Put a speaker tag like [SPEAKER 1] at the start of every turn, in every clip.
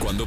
[SPEAKER 1] Cuando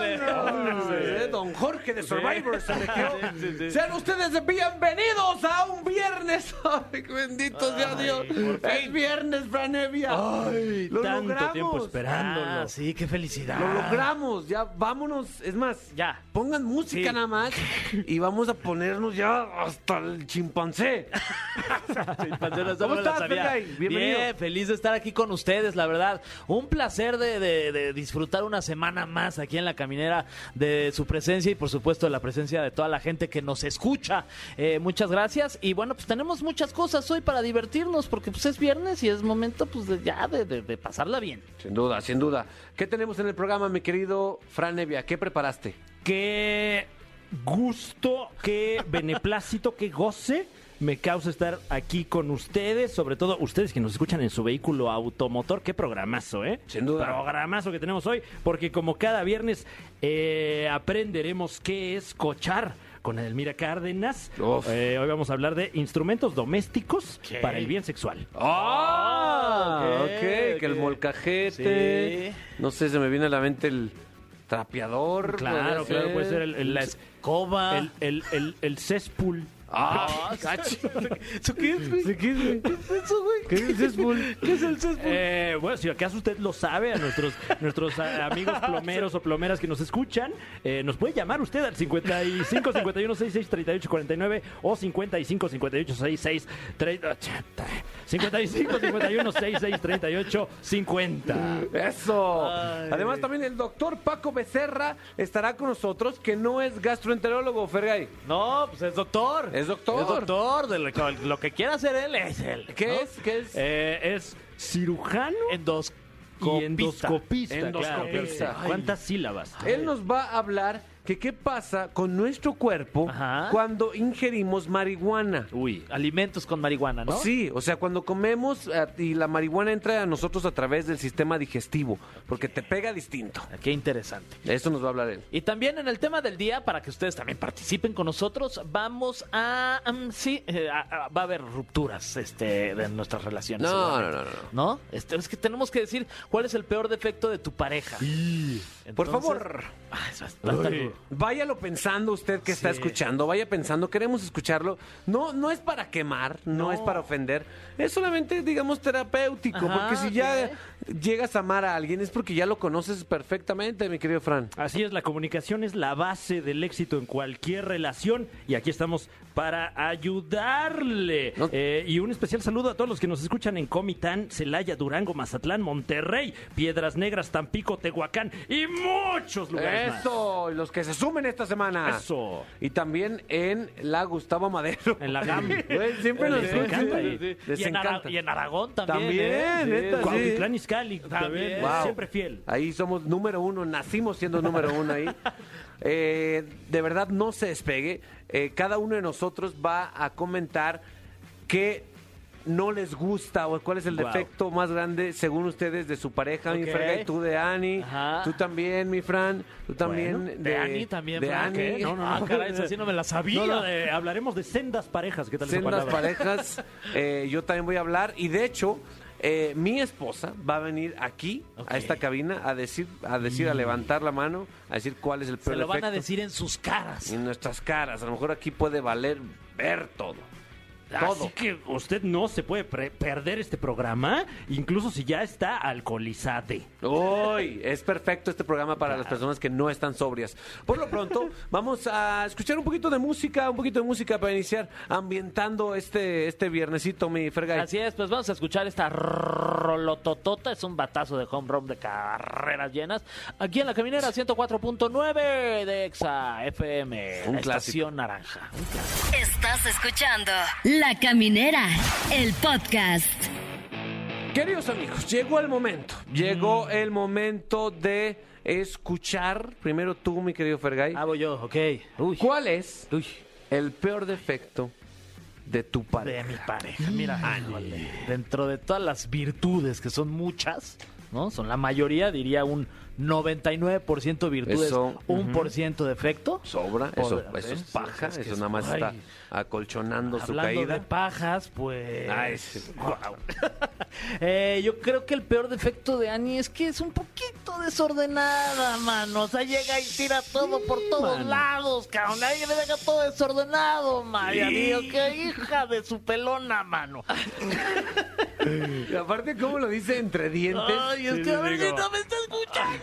[SPEAKER 2] Eh, Don Jorge de Survivor se me quedó. Sean ustedes bienvenidos a un viernes. Ay, bendito sea Dios. Es viernes, Franevia.
[SPEAKER 3] Ay,
[SPEAKER 2] Lo
[SPEAKER 3] tanto
[SPEAKER 2] logramos.
[SPEAKER 3] tiempo esperándolo.
[SPEAKER 4] Ah, sí, qué felicidad.
[SPEAKER 2] Lo logramos. Ya vámonos. Es más,
[SPEAKER 4] Ya.
[SPEAKER 2] Pongan música
[SPEAKER 4] Sí.
[SPEAKER 2] nada más y vamos a ponernos ya hasta el chimpancé. ¿Cómo
[SPEAKER 4] ¿Cómo
[SPEAKER 2] estás,
[SPEAKER 4] estás,
[SPEAKER 2] Fergay? Bienvenido.
[SPEAKER 4] Bien, feliz de estar aquí con ustedes, la verdad. Un placer de, de- de disfrutar una semana más aquí en la caminera de su presencia y, por supuesto, de la presencia de toda la gente que nos escucha. Eh, muchas gracias. Y bueno, pues tenemos muchas cosas hoy para divertirnos porque pues es viernes y es momento pues de- ya de, de- de pasarla bien.
[SPEAKER 2] Sin duda, sin duda. ¿Qué tenemos en el programa, mi querido Franevia? ¿Qué preparaste?
[SPEAKER 3] Qué gusto, qué beneplácito, qué goce me causa estar aquí con ustedes, sobre todo ustedes que nos escuchan en su vehículo automotor. Qué programazo, ¿eh?
[SPEAKER 2] Sin duda.
[SPEAKER 3] Programazo que tenemos hoy, porque como cada viernes eh, aprenderemos qué es cochar. Con Edelmira Cárdenas.
[SPEAKER 2] Uf.
[SPEAKER 3] Eh, hoy vamos a hablar de instrumentos domésticos para el bien sexual.
[SPEAKER 2] Ah,
[SPEAKER 4] Ah,
[SPEAKER 2] ok,
[SPEAKER 4] ok,
[SPEAKER 2] que el
[SPEAKER 4] ok.
[SPEAKER 2] molcajete.
[SPEAKER 4] Sí.
[SPEAKER 2] No sé, se me viene a la mente el trapeador.
[SPEAKER 3] Claro, claro, puede ser el, el-
[SPEAKER 4] La escoba.
[SPEAKER 3] el- el- el- el céspul.
[SPEAKER 2] Ah,
[SPEAKER 4] ¿Eso qué es, güey? ¿Qué es eso, güey?
[SPEAKER 2] ¿Qué es el césped?
[SPEAKER 4] ¿Qué es el césped?
[SPEAKER 3] Eh, bueno, si acaso usted lo sabe, a nuestros, nuestros a- amigos plomeros o plomeras que nos escuchan, eh, nos puede llamar usted al 55 51 66 38 49 o 55 58 66 30, 80, 55 51 66 38 50.
[SPEAKER 2] Eso.
[SPEAKER 4] Ay.
[SPEAKER 2] Además, también el doctor Paco Becerra estará con nosotros, que no es gastroenterólogo, Fergay.
[SPEAKER 4] No, pues es doctor.
[SPEAKER 2] Es doctor.
[SPEAKER 4] Es doctor. De lo, que- lo que quiera hacer él es él.
[SPEAKER 2] ¿Qué
[SPEAKER 4] ¿no?
[SPEAKER 2] es? ¿Qué es?
[SPEAKER 3] Eh, es cirujano y
[SPEAKER 4] Endoscopista.
[SPEAKER 3] endoscopista. claro.
[SPEAKER 2] Endoscopista.
[SPEAKER 3] Ay. ¿Cuántas sílabas?
[SPEAKER 2] Él nos va a hablar que qué pasa con nuestro cuerpo
[SPEAKER 4] Ajá.
[SPEAKER 2] cuando ingerimos marihuana.
[SPEAKER 4] Uy, alimentos con marihuana, ¿no?
[SPEAKER 2] Sí, o sea, cuando comemos eh, y la marihuana entra a nosotros a través del sistema digestivo, porque te pega distinto.
[SPEAKER 4] Ah, Qué interesante.
[SPEAKER 2] De eso nos va a hablar él.
[SPEAKER 4] Y también en el tema del día, para que ustedes también participen con nosotros, vamos a... mm, sí, eh, a- a- va a haber rupturas este, de nuestras relaciones.
[SPEAKER 2] No,
[SPEAKER 4] seguramente.
[SPEAKER 2] no, no, no, no.
[SPEAKER 4] ¿No? Este, es que tenemos que decir cuál es el peor defecto de tu pareja.
[SPEAKER 2] Por
[SPEAKER 4] Entonces-
[SPEAKER 2] favor,
[SPEAKER 4] Ah, eso es- va a estar
[SPEAKER 3] Uy.
[SPEAKER 4] duro.
[SPEAKER 2] váyalo pensando usted que está
[SPEAKER 4] Sí.
[SPEAKER 2] escuchando, vaya pensando, queremos escucharlo. No, no es para quemar, no,
[SPEAKER 4] No.
[SPEAKER 2] es para ofender, es solamente, digamos, terapéutico,
[SPEAKER 4] Ajá,
[SPEAKER 2] porque si ya llegas a amar a alguien es porque ya lo conoces perfectamente, mi querido Fran.
[SPEAKER 3] Así es, la comunicación es la base del éxito en cualquier relación y aquí estamos para ayudarle.
[SPEAKER 2] No.
[SPEAKER 3] Eh, y un especial saludo a todos los que nos escuchan en Comitán, Celaya, Durango, Mazatlán, Monterrey, Piedras Negras, Tampico, Tehuacán y muchos lugares
[SPEAKER 2] Eso, y los que se sumen esta semana.
[SPEAKER 3] más. Eso.
[SPEAKER 2] Y también en la Gustavo Madero.
[SPEAKER 3] En la GAM.
[SPEAKER 2] Güey, siempre nos
[SPEAKER 3] Les encanta ahí.
[SPEAKER 2] Les
[SPEAKER 4] y, en Ara-
[SPEAKER 2] encanta.
[SPEAKER 4] y en Aragón también.
[SPEAKER 2] También,
[SPEAKER 4] ¿eh?
[SPEAKER 2] neta, sí. Ah,
[SPEAKER 3] Cuautitlán Izcalli, también,
[SPEAKER 2] Wow.
[SPEAKER 3] siempre fiel.
[SPEAKER 2] Ahí somos número uno, nacimos siendo número uno ahí. Eh, de verdad, no se despegue. Eh, cada uno de nosotros va a comentar qué no les gusta o cuál es el
[SPEAKER 3] Wow.
[SPEAKER 2] defecto más grande según ustedes de su pareja, mi
[SPEAKER 4] Ok.
[SPEAKER 2] Fergay, tú de Ani,
[SPEAKER 4] Ajá.
[SPEAKER 2] tú también, mi Fran, tú también
[SPEAKER 4] Bueno, de, Ani también.
[SPEAKER 2] de
[SPEAKER 4] ¿verdad?
[SPEAKER 2] Ani.
[SPEAKER 3] ¿eh?
[SPEAKER 4] ¿Qué? No, no, no. Ah, caray, esa sí no me la sabía.
[SPEAKER 3] No, no, eh, hablaremos de sendas parejas, ¿qué tal esa
[SPEAKER 2] Sendas
[SPEAKER 3] palabra?
[SPEAKER 2] parejas, eh, yo también voy a hablar. Y de hecho, eh, mi esposa va a venir aquí,
[SPEAKER 4] Ok. Mm.
[SPEAKER 2] a esta cabina, a decir, a decir, a levantar la mano, a decir cuál es el
[SPEAKER 4] Se
[SPEAKER 2] peor
[SPEAKER 4] lo van a
[SPEAKER 2] defecto.
[SPEAKER 4] decir en sus caras.
[SPEAKER 2] En nuestras caras. A lo mejor aquí puede valer ver todo. Todo.
[SPEAKER 3] Así que usted no se puede pre- perder este programa, incluso si ya está alcoholizado.
[SPEAKER 2] Uy, es perfecto este programa para las personas que no están sobrias. Por lo pronto, vamos a escuchar un poquito de música, un poquito de música para iniciar ambientando este, este viernesito, mi Fergay.
[SPEAKER 4] Así es, pues vamos a escuchar esta rolototota. Es un batazo de home run de carreras llenas. Aquí en la caminera 104.9 de Exa FM.
[SPEAKER 2] Un
[SPEAKER 4] la
[SPEAKER 2] clásico.
[SPEAKER 4] estación naranja.
[SPEAKER 5] Estás escuchando La Caminera, el podcast.
[SPEAKER 2] Queridos amigos, llegó el momento. Llegó
[SPEAKER 4] Mm.
[SPEAKER 2] el momento de escuchar, primero tú, mi querido Fergay,
[SPEAKER 4] Ah, voy yo, ok. Uy.
[SPEAKER 2] ¿cuál es
[SPEAKER 4] Uy.
[SPEAKER 2] el peor defecto de tu
[SPEAKER 4] de
[SPEAKER 2] pareja.
[SPEAKER 4] mi pareja. Mira, híjole, dentro de todas las virtudes, que son muchas, ¿no? Son la mayoría, diría un 99% virtudes,
[SPEAKER 2] Eso,
[SPEAKER 4] un por ciento defecto.
[SPEAKER 2] Sobra, eso,
[SPEAKER 4] Podrá-
[SPEAKER 2] eso es
[SPEAKER 4] ¿ves?
[SPEAKER 2] paja,
[SPEAKER 4] Es que
[SPEAKER 2] eso
[SPEAKER 4] es-
[SPEAKER 2] nada más está
[SPEAKER 4] ay,
[SPEAKER 2] acolchonando su
[SPEAKER 4] Hablando
[SPEAKER 2] caída.
[SPEAKER 4] de pajas, pues.
[SPEAKER 2] Ay, sí.
[SPEAKER 4] guau. Eh, yo creo que el peor defecto de Annie es que es un poquito desordenada, mano. O sea, llega y tira todo por todos lados, cabrón. Nadie le deja todo desordenado, María. Dios, qué hija de su pelona, mano.
[SPEAKER 2] Y aparte, ¿cómo lo dice entre dientes?
[SPEAKER 4] Ay, es que a ver si no me está escuchando,
[SPEAKER 2] ¿Sí?
[SPEAKER 4] cabrón.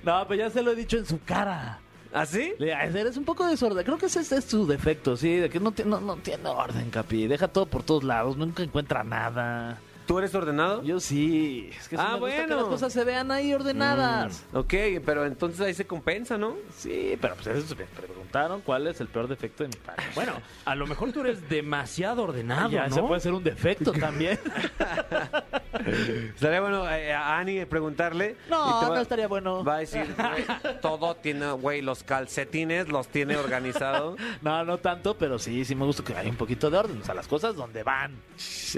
[SPEAKER 2] ¿Ah,
[SPEAKER 4] No, pero ya se lo he dicho en su cara.
[SPEAKER 2] ¿Así?
[SPEAKER 4] Le- Eres un poco desordenado. Creo que ese, ese es su defecto, sí. De que no, ti- no, no tiene orden, Capi. Deja todo por todos lados. Nunca encuentra nada.
[SPEAKER 2] ¿Tú eres ordenado?
[SPEAKER 4] Yo sí. Es que sí
[SPEAKER 2] Ah,
[SPEAKER 4] me gusta que
[SPEAKER 2] bueno.
[SPEAKER 4] las cosas se vean ahí ordenadas.
[SPEAKER 2] Ok, pero entonces ahí se compensa, ¿no?
[SPEAKER 4] Sí, pero pues eso me preguntaron cuál es el peor defecto de mi padre.
[SPEAKER 3] Bueno, a lo mejor tú eres demasiado ordenado,
[SPEAKER 4] ya,
[SPEAKER 3] Ah, ¿no?
[SPEAKER 4] ese puede ser un defecto también.
[SPEAKER 2] Estaría bueno eh, a Ani preguntarle.
[SPEAKER 4] No,
[SPEAKER 2] y te
[SPEAKER 4] no estaría bueno.
[SPEAKER 2] Va a decir, güey, todo tiene, güey, los calcetines los tiene organizado.
[SPEAKER 4] no, no tanto, pero sí, sí me gusta que haya un poquito de orden. O sea, las cosas donde van.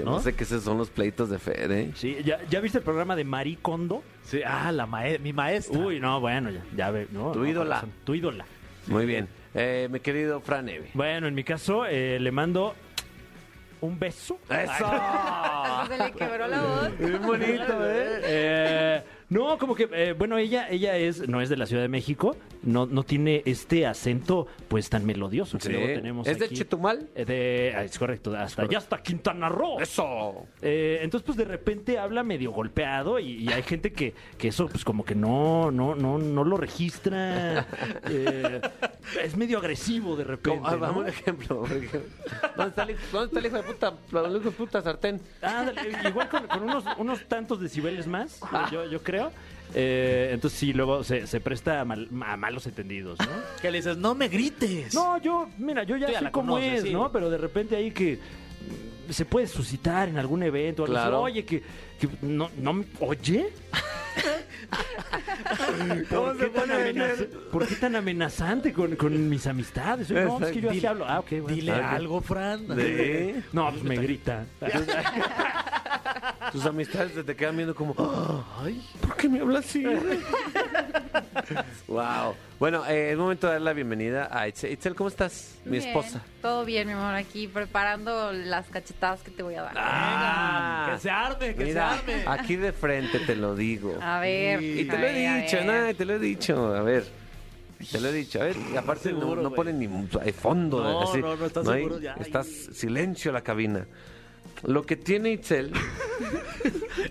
[SPEAKER 2] ¿No?
[SPEAKER 4] ¿No?
[SPEAKER 2] sé que esos son los pleitos de Fer, ¿eh?
[SPEAKER 3] Sí, ¿ya, ya viste el programa de Marie Kondo?
[SPEAKER 4] Sí, ah, la mae- mi maestra.
[SPEAKER 3] Uy, no, bueno, ya, ya ve. No,
[SPEAKER 2] Tu
[SPEAKER 3] no,
[SPEAKER 2] ídola.
[SPEAKER 3] corazón, Tu ídola.
[SPEAKER 2] Muy bien. Eh, mi querido Fran Evi.
[SPEAKER 3] Bueno, en mi caso, eh, le mando un beso.
[SPEAKER 2] ¡Eso!
[SPEAKER 6] Se le quebró la voz.
[SPEAKER 2] Es bonito, ¿eh?
[SPEAKER 3] Eh, no, como que, eh, bueno, ella, ella es, no es de la Ciudad de México, no, no tiene este acento, pues, tan melodioso que
[SPEAKER 2] Sí.
[SPEAKER 3] luego tenemos
[SPEAKER 2] ¿Es de
[SPEAKER 3] aquí.
[SPEAKER 2] Chetumal?
[SPEAKER 3] Eh, de- ah, es correcto, hasta allá hasta Quintana Roo.
[SPEAKER 2] ¡Eso!
[SPEAKER 3] Eh, entonces, pues de repente habla medio golpeado y, y hay gente que, que eso, pues como que no, no, no, no lo registra. Eh, es medio agresivo de repente.
[SPEAKER 2] Ah,
[SPEAKER 3] ¿no?
[SPEAKER 2] vamos un ejemplo. por ejemplo. ¿Dónde está, el, hijo- ¿Dónde está el hijo de puta? El hijo de puta sartén.
[SPEAKER 3] Ah, dale, igual con, con unos, unos tantos decibeles más, yo, yo creo. Eh, entonces sí, luego se, se presta a, mal- a malos entendidos, ¿no?
[SPEAKER 4] Que le dices, no me grites.
[SPEAKER 3] No, yo, mira, yo ya
[SPEAKER 4] Tú ya
[SPEAKER 3] sé
[SPEAKER 4] la
[SPEAKER 3] cómo
[SPEAKER 4] conoces,
[SPEAKER 3] es,
[SPEAKER 4] sí.
[SPEAKER 3] ¿no? Pero de repente ahí que mm, se puede suscitar en algún evento. algo así,
[SPEAKER 2] Claro.
[SPEAKER 3] Oye, que, que no, no, me- oye. ¿Por, qué tan amenaz- por qué tan amenazante con, con mis amistades? Oye, no, es que yo así
[SPEAKER 2] Dile-
[SPEAKER 3] hablo. Ah, ok, bueno.
[SPEAKER 4] Dile
[SPEAKER 3] Ah, ok.
[SPEAKER 4] algo, Fran.
[SPEAKER 2] ¿De?
[SPEAKER 3] No, pues me grita.
[SPEAKER 2] Tus amistades se te quedan viendo como, "Ah, ay, ¿por qué me hablas así? wow. Bueno, eh, es momento de dar la bienvenida a Itzel. Itzel, ¿cómo estás? Mi
[SPEAKER 6] Bien,
[SPEAKER 2] esposa.
[SPEAKER 6] Todo bien, mi amor, aquí preparando las cachetadas que te voy a dar.
[SPEAKER 2] Ah,
[SPEAKER 4] Que se arme, que
[SPEAKER 2] Mira, Ah.
[SPEAKER 4] se arme. Ah,
[SPEAKER 2] aquí de frente te lo digo.
[SPEAKER 6] A ver.
[SPEAKER 2] Y te
[SPEAKER 6] a
[SPEAKER 2] lo
[SPEAKER 6] ver,
[SPEAKER 2] he
[SPEAKER 6] a
[SPEAKER 2] dicho,
[SPEAKER 6] ver.
[SPEAKER 2] nada, te lo he dicho. A ver. Te lo he dicho, a ver, y aparte no-
[SPEAKER 4] seguro,
[SPEAKER 2] no,
[SPEAKER 4] güey.
[SPEAKER 2] ponen ni mu- hay fondo.
[SPEAKER 4] No,
[SPEAKER 2] así,
[SPEAKER 4] no, no, estás
[SPEAKER 2] hay-
[SPEAKER 4] seguro ya.
[SPEAKER 2] Estás silencio la cabina. Lo que tiene Itzel.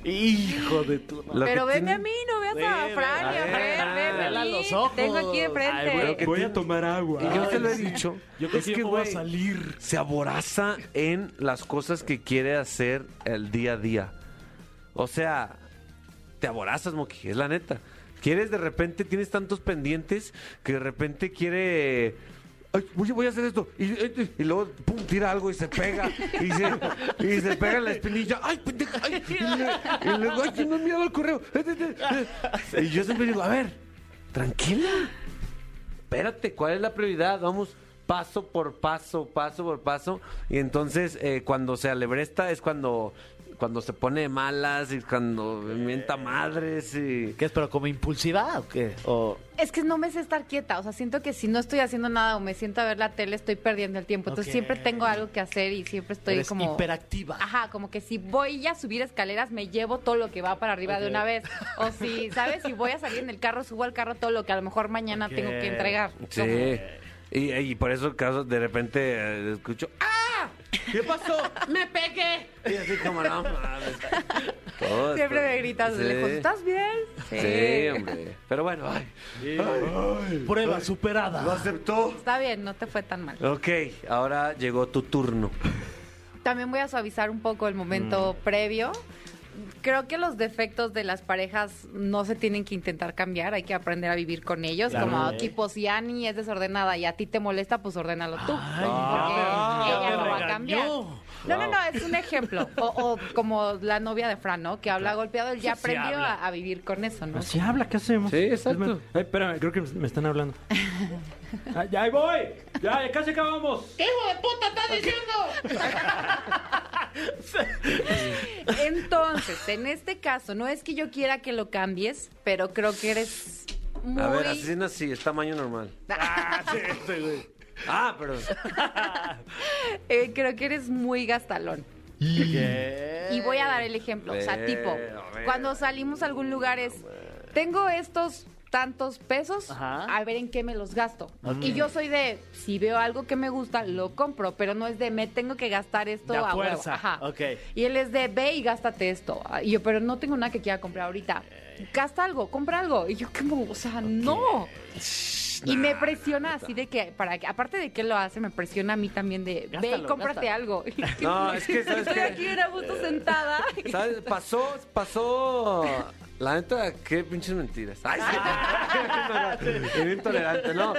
[SPEAKER 4] Hijo de tu madre.
[SPEAKER 2] lo que
[SPEAKER 6] Pero veme
[SPEAKER 2] tiene-
[SPEAKER 6] a mí, no veas
[SPEAKER 4] Ve,
[SPEAKER 6] a Fran y
[SPEAKER 2] a
[SPEAKER 6] a
[SPEAKER 2] ver,
[SPEAKER 6] Fer, veme
[SPEAKER 4] vela
[SPEAKER 6] a mí.
[SPEAKER 4] los ojos.
[SPEAKER 6] Tengo aquí de frente.
[SPEAKER 4] Ay, bueno,
[SPEAKER 2] que
[SPEAKER 3] Voy
[SPEAKER 2] te-
[SPEAKER 3] a tomar agua.
[SPEAKER 2] Y yo te lo he dicho.
[SPEAKER 4] Yo creo
[SPEAKER 2] es
[SPEAKER 4] que,
[SPEAKER 2] que,
[SPEAKER 4] yo no voy a
[SPEAKER 2] güey,
[SPEAKER 4] salir.
[SPEAKER 2] se aboraza en las cosas que quiere hacer el día a día. O sea, te aborazas, Moqui, es la neta. Quieres de repente, tienes tantos pendientes que de repente quiere. "Ay, voy, a- voy a hacer esto. Y, y- y luego, pum, tira algo y se pega. Y se, y se pega en la espinilla. ¡Ay, pendeja! ay". Y, le- y luego, ¡ay, no he mirado el correo! Y yo siempre digo, a ver, tranquila espérate, ¿cuál es la prioridad? Vamos paso por paso, paso por paso. Y entonces, eh, cuando se alebresta es cuando, cuando se pone de malas y cuando mienta madres y...
[SPEAKER 4] ¿Qué es? ¿Pero como impulsividad o qué? O...
[SPEAKER 6] Es que no me sé estar quieta, o sea, siento que si no estoy haciendo nada o me siento a ver la tele, estoy perdiendo el tiempo.
[SPEAKER 4] Ok.
[SPEAKER 6] Entonces siempre tengo algo que hacer y siempre estoy
[SPEAKER 4] Eres
[SPEAKER 6] como... Ah.
[SPEAKER 4] hiperactiva.
[SPEAKER 6] Ajá, como que si voy a subir escaleras, me llevo todo lo que va para arriba de
[SPEAKER 4] Ok.
[SPEAKER 6] una vez. O si, ¿sabes? Si voy a salir en el carro, subo al carro todo lo que a lo mejor mañana
[SPEAKER 4] Ok.
[SPEAKER 6] tengo que entregar.
[SPEAKER 2] Sí. Y, y por eso caso de repente eh, escucho ¡Ah! ¿Qué pasó? ¡Me pegué! Y así como no mames. Todo
[SPEAKER 6] Como- Siempre
[SPEAKER 2] esto-
[SPEAKER 6] me gritas de
[SPEAKER 2] Sí.
[SPEAKER 6] lejos, ¿estás bien?
[SPEAKER 2] Sí, hombre. Pero bueno, ay,
[SPEAKER 4] Prueba superada.
[SPEAKER 2] lo aceptó.
[SPEAKER 6] Está bien, no te fue tan mal.
[SPEAKER 2] Ok, ahora llegó tu turno.
[SPEAKER 6] También voy a suavizar un poco el momento
[SPEAKER 2] Mm.
[SPEAKER 6] previo. Creo que los defectos de las parejas no se tienen que intentar cambiar, hay que aprender a vivir con ellos.
[SPEAKER 4] Claro.
[SPEAKER 6] Como
[SPEAKER 4] Ok.
[SPEAKER 6] tipo, si Ani es desordenada y a ti te molesta, pues ordénalo tú.
[SPEAKER 4] Ay,
[SPEAKER 6] Porque
[SPEAKER 4] ya me- ya
[SPEAKER 6] ella
[SPEAKER 4] me
[SPEAKER 6] no va a cambiar.
[SPEAKER 4] regañó.
[SPEAKER 6] No, no, no, es un ejemplo. O, o como la novia de Fran, ¿no? Que habla golpeado, él ya
[SPEAKER 3] Sí, sí
[SPEAKER 6] aprendió
[SPEAKER 3] habla.
[SPEAKER 6] a, a vivir con eso,
[SPEAKER 4] Pues
[SPEAKER 6] ¿no?
[SPEAKER 3] Así habla, ¿qué hacemos?
[SPEAKER 2] Sí, exacto.
[SPEAKER 3] Es más- Ay, espérame, creo que me están hablando. Ah, ya, ahí voy. Ya, ya casi acabamos.
[SPEAKER 6] Entonces, en este caso, no es que yo quiera que lo cambies, pero creo que eres muy... este,
[SPEAKER 2] A ver, asesina sí, es tamaño normal. Ah, perdón.
[SPEAKER 6] eh, creo que eres muy gastalón. Y voy a dar el ejemplo. O sea,
[SPEAKER 2] Ve,
[SPEAKER 6] tipo,
[SPEAKER 2] a ver.
[SPEAKER 6] cuando salimos a algún lugar es, tengo estos tantos pesos,
[SPEAKER 4] Ajá.
[SPEAKER 6] a ver en qué me los gasto. Y yo soy de, si veo algo que me gusta, lo compro, pero no es de, me tengo que gastar esto
[SPEAKER 4] De a
[SPEAKER 6] a huevo".
[SPEAKER 4] fuerza.
[SPEAKER 6] Ajá.
[SPEAKER 4] Ok.
[SPEAKER 6] Y él es de, ve y gástate esto. Ah, Y yo, pero no tengo nada que quiera comprar ahorita. Gasta algo, compra algo. Y yo, como, o sea, no. Y me presiona así de que, para que, aparte de que lo hace, me presiona a mí también de, ve y
[SPEAKER 4] Gástalo,
[SPEAKER 6] cómprate
[SPEAKER 4] gástalo".
[SPEAKER 6] algo.
[SPEAKER 2] No, es que, ¿sabes
[SPEAKER 6] Estoy
[SPEAKER 2] qué?
[SPEAKER 6] aquí era gusto sentada.
[SPEAKER 2] ¿Sabes? Pasó, pasó. La neta, qué pinches mentiras. Ay, sí. No, no, era intolerante, no.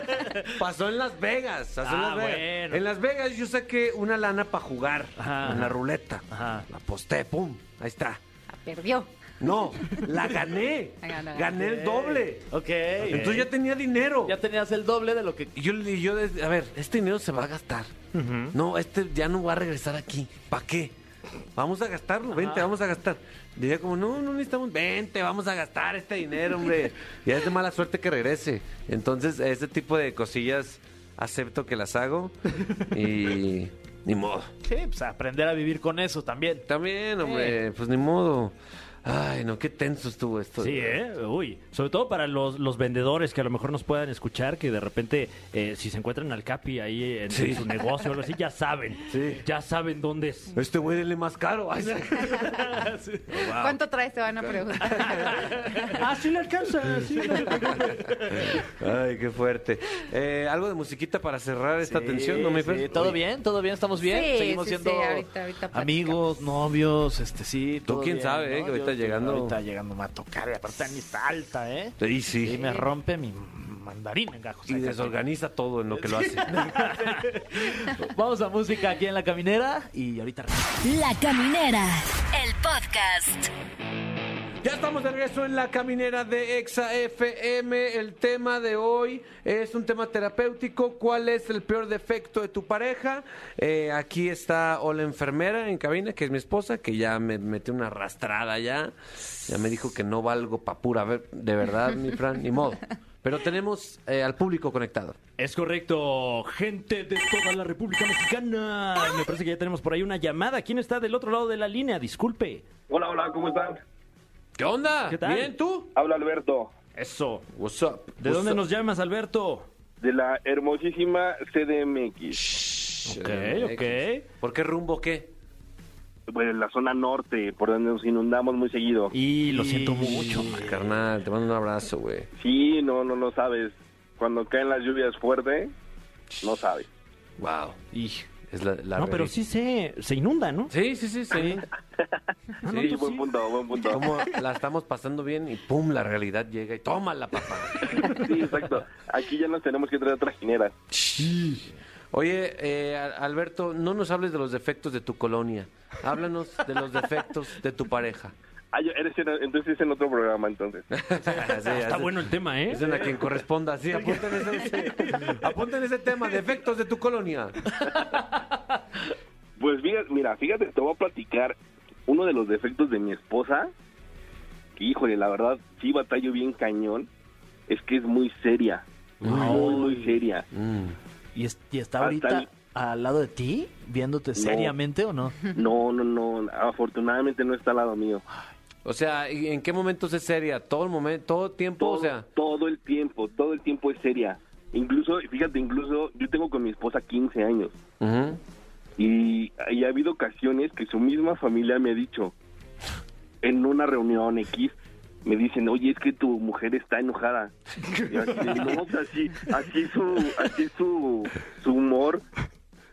[SPEAKER 2] Pasó en Las Vegas. pasó en
[SPEAKER 3] Ah,
[SPEAKER 2] Las Vegas.
[SPEAKER 3] bueno.
[SPEAKER 2] En Las Vegas yo saqué una lana para jugar
[SPEAKER 3] Ajá.
[SPEAKER 2] en la ruleta.
[SPEAKER 3] Ajá.
[SPEAKER 2] La aposté, pum. Ahí está.
[SPEAKER 6] Perdió.
[SPEAKER 2] No, la gané.
[SPEAKER 6] La ganó.
[SPEAKER 2] Gané el doble.
[SPEAKER 4] Ok.
[SPEAKER 2] Entonces ya tenía dinero.
[SPEAKER 4] Ya tenías el doble de lo que.
[SPEAKER 2] Y yo, y yo desde- a ver, este dinero se va a gastar. No, este ya no va a regresar aquí. ¿Para qué? Vamos a gastarlo, vente, vamos a gastar. Diría como, no, no necesitamos, vente, vamos a gastar este dinero, hombre. ya es de mala suerte que regrese. Entonces, este tipo de cosillas acepto que las hago y ni modo.
[SPEAKER 4] Sí, pues aprender a vivir con eso también.
[SPEAKER 2] También, hombre, pues ni modo. Ay, no, qué tenso estuvo esto.
[SPEAKER 3] Sí, ¿eh? Uy. Sobre todo para los, los vendedores que a lo mejor nos puedan escuchar, que de repente, eh, si se encuentran al Capi ahí en,
[SPEAKER 2] Sí.
[SPEAKER 3] su negocio o algo así, ya saben.
[SPEAKER 2] Sí.
[SPEAKER 3] Ya saben dónde es.
[SPEAKER 2] Este güey es más caro. Ay, sí.
[SPEAKER 6] ¿Cuánto traes? Te van a preguntar.
[SPEAKER 3] Ah, sí le alcanza. Sí le
[SPEAKER 2] Ay, qué fuerte. Eh, Algo de musiquita para cerrar esta tensión, ¿no, mi Fer?
[SPEAKER 4] Sí, ¿Todo bien? ¿Todo bien? ¿Estamos bien?
[SPEAKER 6] Sí,
[SPEAKER 4] Seguimos
[SPEAKER 6] sí,
[SPEAKER 4] siendo
[SPEAKER 6] sí, ahorita- ahorita
[SPEAKER 4] amigos, novios, este sí.
[SPEAKER 2] Tú
[SPEAKER 4] todo
[SPEAKER 2] quién
[SPEAKER 4] bien,
[SPEAKER 2] sabe, ¿eh? Que ahorita
[SPEAKER 4] Yo-
[SPEAKER 2] llegando-
[SPEAKER 4] Ahorita llegando me va a tocar, y aparte a mí está alta, ¿eh?
[SPEAKER 2] Sí, sí.
[SPEAKER 4] Y me rompe mi mandarín en gajos.
[SPEAKER 2] Y desorganiza todo en lo que lo hace.
[SPEAKER 4] Vamos a música aquí en la caminera y ahorita regresamos.
[SPEAKER 5] La Caminera, el podcast.
[SPEAKER 2] ya estamos de regreso en la caminera de Exa FM. El tema de hoy es un tema terapéutico. ¿Cuál es el peor defecto de tu pareja? Eh, aquí está o la enfermera en cabina, que es mi esposa, que ya me metió una arrastrada ya. Ya me dijo que no valgo pa' pura. A ver, de verdad, mi Fran, ni modo. Pero tenemos eh, al público conectado.
[SPEAKER 3] Es correcto, gente de toda la República Mexicana. Me parece que ya tenemos por ahí una llamada. ¿Quién está del otro lado de la línea? Disculpe.
[SPEAKER 7] Hola, hola, ¿cómo están?
[SPEAKER 2] ¿Qué onda?
[SPEAKER 3] ¿Qué tal?
[SPEAKER 2] ¿Bien tú?
[SPEAKER 7] Habla Alberto,
[SPEAKER 3] Eso.
[SPEAKER 2] What's up?
[SPEAKER 3] ¿De dónde nos llamas, Alberto?
[SPEAKER 7] de la hermosísima CDMX,
[SPEAKER 3] Ok, ok.
[SPEAKER 2] ¿Por qué rumbo qué?
[SPEAKER 7] pues la zona norte, por donde nos inundamos muy seguido.
[SPEAKER 3] Y lo siento mucho.
[SPEAKER 2] Carnal, te mando un abrazo, güey.
[SPEAKER 7] Sí, no, no, no sabes. Cuando caen las lluvias fuerte, no sabes.
[SPEAKER 2] Wow. Es la, la
[SPEAKER 3] No, pero
[SPEAKER 2] revi-
[SPEAKER 3] sí se, se inunda, ¿no?
[SPEAKER 2] Sí, sí, sí, sí.
[SPEAKER 3] Ah, no,
[SPEAKER 7] Sí,
[SPEAKER 3] tú
[SPEAKER 7] buen punto, buen punto.
[SPEAKER 2] Como la estamos pasando bien y pum, la realidad llega y tómala, papá.
[SPEAKER 7] Sí, exacto. Aquí ya nos tenemos que traer trajineras.
[SPEAKER 2] Oye, eh, Al- Alberto, no nos hables de los defectos de tu colonia. Háblanos de los defectos de tu pareja.
[SPEAKER 7] Ah, yo- eres en- entonces es en otro programa, entonces.
[SPEAKER 3] Está bueno el tema, ¿eh?
[SPEAKER 2] Es a quien corresponda, sí, apunten ese, apunten ese tema, defectos de tu colonia.
[SPEAKER 7] Pues fíjate, mira, fíjate, te voy a platicar uno de los defectos de mi esposa, que híjole, la verdad, sí batallo bien cañón, es que es muy seria. Muy, muy seria.
[SPEAKER 2] Mm.
[SPEAKER 4] ¿Y, es- y está
[SPEAKER 7] Hasta
[SPEAKER 4] ahorita
[SPEAKER 7] el-
[SPEAKER 4] al lado de ti, viéndote seriamente o no?
[SPEAKER 7] No, no, no. Afortunadamente no está al lado mío.
[SPEAKER 2] O sea, ¿y ¿en qué momentos es seria? ¿Todo el momento, todo el tiempo?
[SPEAKER 7] Todo,
[SPEAKER 2] o sea,
[SPEAKER 7] todo el tiempo, todo el tiempo es seria. Incluso, fíjate, incluso yo tengo con mi esposa 15 años
[SPEAKER 2] ujú.
[SPEAKER 7] y, y ha habido ocasiones que su misma familia me ha dicho, en una reunión X, me dicen, oye, es que tu mujer está enojada. Y yo así, no, o sea, así, así es su, así es su, su humor,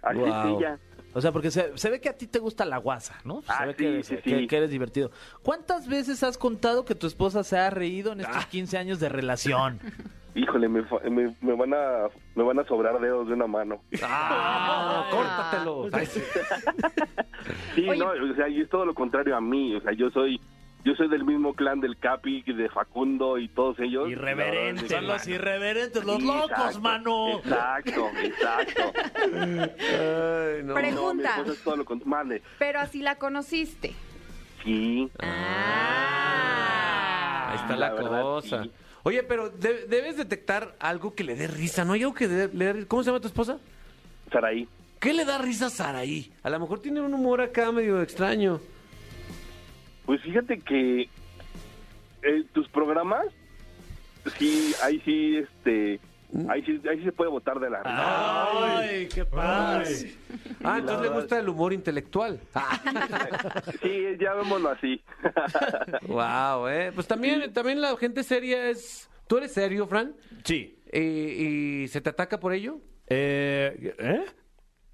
[SPEAKER 7] así
[SPEAKER 2] Wow.
[SPEAKER 7] es ella.
[SPEAKER 4] O sea, porque se, se ve que a ti te gusta la guasa, ¿no? Se
[SPEAKER 7] Ah,
[SPEAKER 4] ve
[SPEAKER 7] sí,
[SPEAKER 4] que,
[SPEAKER 7] sí,
[SPEAKER 4] que-
[SPEAKER 7] sí.
[SPEAKER 4] que eres divertido. ¿Cuántas veces has contado que tu esposa se ha reído en estos 15 años de relación?
[SPEAKER 7] híjole, me, fa- me, me van a, me van a sobrar dedos de una mano.
[SPEAKER 2] Ah,
[SPEAKER 6] Ay.
[SPEAKER 2] córtatelo. Ay, sí.
[SPEAKER 7] Sí,
[SPEAKER 6] Oye.
[SPEAKER 7] no, o sea, y es todo lo contrario a mí, o sea, yo soy, yo soy del mismo clan del Capi, de Facundo y todos ellos.
[SPEAKER 4] Irreverentes. Son
[SPEAKER 7] La verdad
[SPEAKER 4] los
[SPEAKER 7] es que-
[SPEAKER 4] irreverentes, los
[SPEAKER 7] Sí,
[SPEAKER 4] locos,
[SPEAKER 7] exacto,
[SPEAKER 4] mano.
[SPEAKER 7] Exacto, exacto.
[SPEAKER 2] Ay, no.
[SPEAKER 6] Pre-
[SPEAKER 7] No, mi
[SPEAKER 6] Pregunta.
[SPEAKER 7] esposa es todo lo contrario. Mande.
[SPEAKER 6] Pero así la conociste.
[SPEAKER 7] Sí.
[SPEAKER 6] Ah.
[SPEAKER 2] Ahí está
[SPEAKER 7] La
[SPEAKER 2] la,
[SPEAKER 7] verdad,
[SPEAKER 2] cosa.
[SPEAKER 7] sí.
[SPEAKER 2] Oye, pero de- debes detectar algo que le dé risa, ¿no? Hay algo que de- le dé risa. ¿Cómo se llama tu esposa?
[SPEAKER 7] Saraí.
[SPEAKER 2] ¿Qué le da risa a Saraí? A lo mejor tiene un humor acá medio extraño.
[SPEAKER 7] Pues fíjate que eh, tus programas, sí, ahí sí, este, ahí sí, ahí sí se puede votar de la risa.
[SPEAKER 4] Ay, qué paz.
[SPEAKER 2] Ah, entonces le gusta el humor intelectual. Ah.
[SPEAKER 7] Sí, ya vémoslo así.
[SPEAKER 2] wow, eh. Pues también, también la gente seria es. ¿Tú eres serio, Fran? Eh,
[SPEAKER 3] Sí.
[SPEAKER 2] ¿Y, y se te ataca por ello?
[SPEAKER 3] Eh, ¿Eh?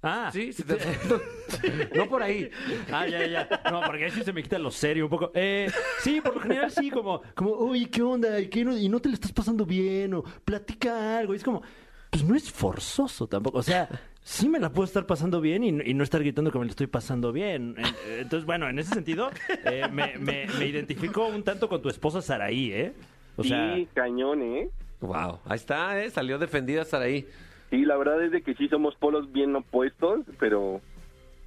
[SPEAKER 3] Ah,
[SPEAKER 2] Sí, se te No por ahí.
[SPEAKER 3] Ah, ya, ya, ya. No, porque ahí sí se me quita lo serio un poco. Eh, sí, por lo general sí, como, como, oye, ¿qué onda? ¿Y, qué no, y no te le estás pasando bien, o platica algo. Y es como, pues no es forzoso tampoco. O sea, sí me la puedo estar pasando bien y, no- y no estar gritando que me la estoy pasando bien. En- eh, Entonces, bueno, en ese sentido, eh, me, me- me identifico un tanto con tu esposa Saraí, ¿eh? O sea,
[SPEAKER 7] sí, cañón, ¿eh?
[SPEAKER 2] Wow, ahí está, eh. Salió defendida Saraí.
[SPEAKER 7] Sí, la verdad es de que sí somos polos bien opuestos, pero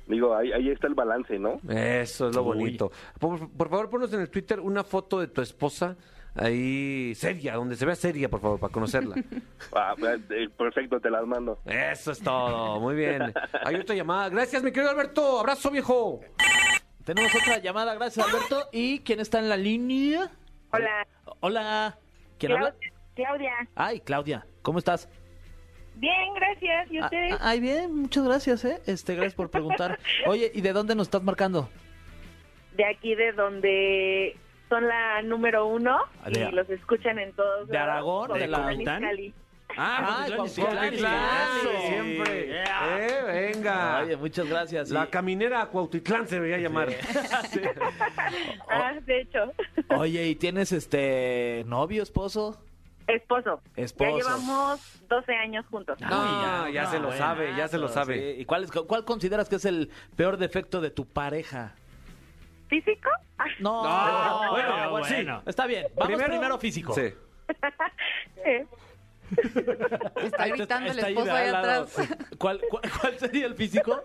[SPEAKER 7] digo, ahí, ahí está el balance, ¿no?
[SPEAKER 2] Eso es lo
[SPEAKER 3] Uy.
[SPEAKER 2] bonito. Por, por favor, ponos en el Twitter una foto de tu esposa ahí seria, donde se vea seria, por favor, para conocerla.
[SPEAKER 7] Ah, eh, perfecto, te las mando.
[SPEAKER 2] Eso es todo, muy bien. Hay otra llamada. Gracias, mi querido Alberto. Abrazo, viejo.
[SPEAKER 4] Tenemos otra llamada, gracias Alberto. ¿Y quién está en la línea?
[SPEAKER 8] Hola,
[SPEAKER 4] Hola. ¿Quién
[SPEAKER 8] Clau-
[SPEAKER 4] habla?
[SPEAKER 8] Claudia.
[SPEAKER 4] Ay, Claudia, ¿cómo estás?
[SPEAKER 8] Bien, gracias. ¿Y
[SPEAKER 4] Ah,
[SPEAKER 8] ustedes?
[SPEAKER 4] ah, Ay, bien, muchas gracias, ¿eh? Este, gracias por preguntar. Oye, ¿y de dónde nos estás marcando? ah.
[SPEAKER 8] De aquí de donde son la número uno y
[SPEAKER 4] Ah, De-
[SPEAKER 8] los escuchan en todos.
[SPEAKER 4] de
[SPEAKER 8] lados,
[SPEAKER 4] Aragón,
[SPEAKER 8] por
[SPEAKER 3] de la-
[SPEAKER 8] Mexicali.
[SPEAKER 4] Ah,
[SPEAKER 3] Cuautitlán
[SPEAKER 4] Juan
[SPEAKER 3] Izcalli.
[SPEAKER 4] Cuautitlán,
[SPEAKER 3] Eso.
[SPEAKER 4] sí.
[SPEAKER 2] Siempre.
[SPEAKER 3] Yeah.
[SPEAKER 2] Eh, venga.
[SPEAKER 4] Oye, muchas gracias.
[SPEAKER 2] La
[SPEAKER 4] Y-
[SPEAKER 2] caminera a Cuautitlán se veía llamar.
[SPEAKER 8] Ah, de hecho,
[SPEAKER 4] Oye, ¿y tienes este novio, esposo?
[SPEAKER 8] esposo.
[SPEAKER 4] Esposo. Ah.
[SPEAKER 8] Ya llevamos 12 años juntos.
[SPEAKER 2] No, Ah, ya,
[SPEAKER 4] no,
[SPEAKER 2] se lo
[SPEAKER 4] bueno.
[SPEAKER 2] sabe, ya se lo
[SPEAKER 4] Sí.
[SPEAKER 2] sabe.
[SPEAKER 4] ¿Y cuál, es- cuál consideras que es el peor defecto de tu pareja?
[SPEAKER 8] ¿Físico? Ah,
[SPEAKER 4] No,
[SPEAKER 2] No, bueno, pues
[SPEAKER 4] bueno,
[SPEAKER 2] sí.
[SPEAKER 4] bueno. Está bien, vamos primero, físico.
[SPEAKER 2] Sí.
[SPEAKER 8] eh,
[SPEAKER 6] Está gritando el esposo ahí
[SPEAKER 4] al lado.
[SPEAKER 6] atrás.
[SPEAKER 4] ¿Cuál, cuál, cuál sería el físico?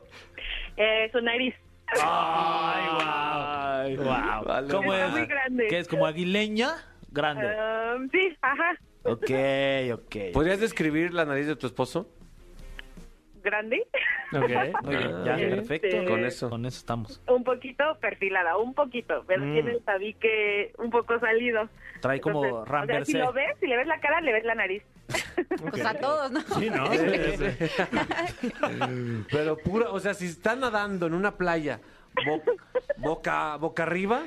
[SPEAKER 8] eh, su nariz.
[SPEAKER 4] ¡Ay, wow! wow.
[SPEAKER 2] Vale.
[SPEAKER 4] ¿Cómo
[SPEAKER 8] Está
[SPEAKER 4] es?
[SPEAKER 8] muy grande.
[SPEAKER 4] ¿Qué es? ¿Como aguileña? Grande.
[SPEAKER 8] Um, sí, ajá.
[SPEAKER 4] Ok, ok.
[SPEAKER 2] ¿Podrías describir la nariz de tu esposo?
[SPEAKER 8] Grande. Este,
[SPEAKER 4] ok, muy bien. Ya,
[SPEAKER 2] Ok.
[SPEAKER 4] perfecto.
[SPEAKER 2] Con eso.
[SPEAKER 4] Con eso estamos.
[SPEAKER 8] Un poquito perfilada, un poquito, pero tiene el tabique un poco salido.
[SPEAKER 4] Trae Mm. como ¿eh?
[SPEAKER 8] Entonces, o sea,
[SPEAKER 4] Ramversé.
[SPEAKER 8] si lo ves, si le ves la cara, le ves la nariz.
[SPEAKER 6] O sea, todos, ¿no?
[SPEAKER 3] sí, ¿no? Eh, Sí, sí.
[SPEAKER 2] Pero pura, o sea, si están nadando en una playa bo- boca, boca arriba,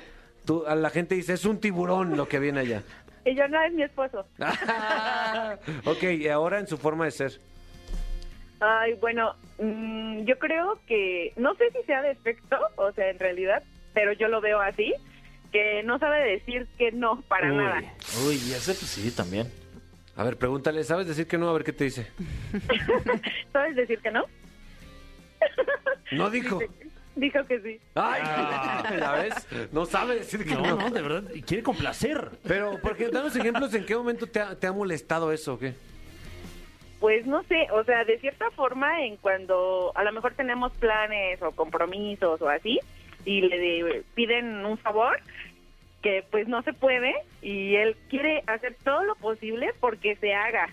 [SPEAKER 2] tú- a la gente dice, es un tiburón lo que viene allá.
[SPEAKER 8] Y yo no es mi esposo.
[SPEAKER 2] ok, y ahora en su forma de ser.
[SPEAKER 8] Ay, bueno, mm, yo creo que, no sé si sea defecto, o sea, en realidad, pero yo lo veo así, que no sabe decir que no para nada.
[SPEAKER 4] Uy, ese pues sí, también.
[SPEAKER 2] A ver, pregúntale, ¿sabes decir que no? A ver qué te dice.
[SPEAKER 8] ¿Sabes decir que no?
[SPEAKER 2] No dijo.
[SPEAKER 8] Dijo que sí.
[SPEAKER 2] Ay, ¿ya ves? No sabe decir que
[SPEAKER 3] No,
[SPEAKER 2] no.
[SPEAKER 3] no, de verdad, quiere complacer.
[SPEAKER 2] Pero, porque danos ejemplos en qué momento te ha, te ha molestado eso, o ¿qué?
[SPEAKER 8] Pues no sé, o sea, de cierta forma, en cuando a lo mejor tenemos planes o compromisos o así, y le de- piden un favor que pues no se puede y él quiere hacer todo lo posible porque se haga.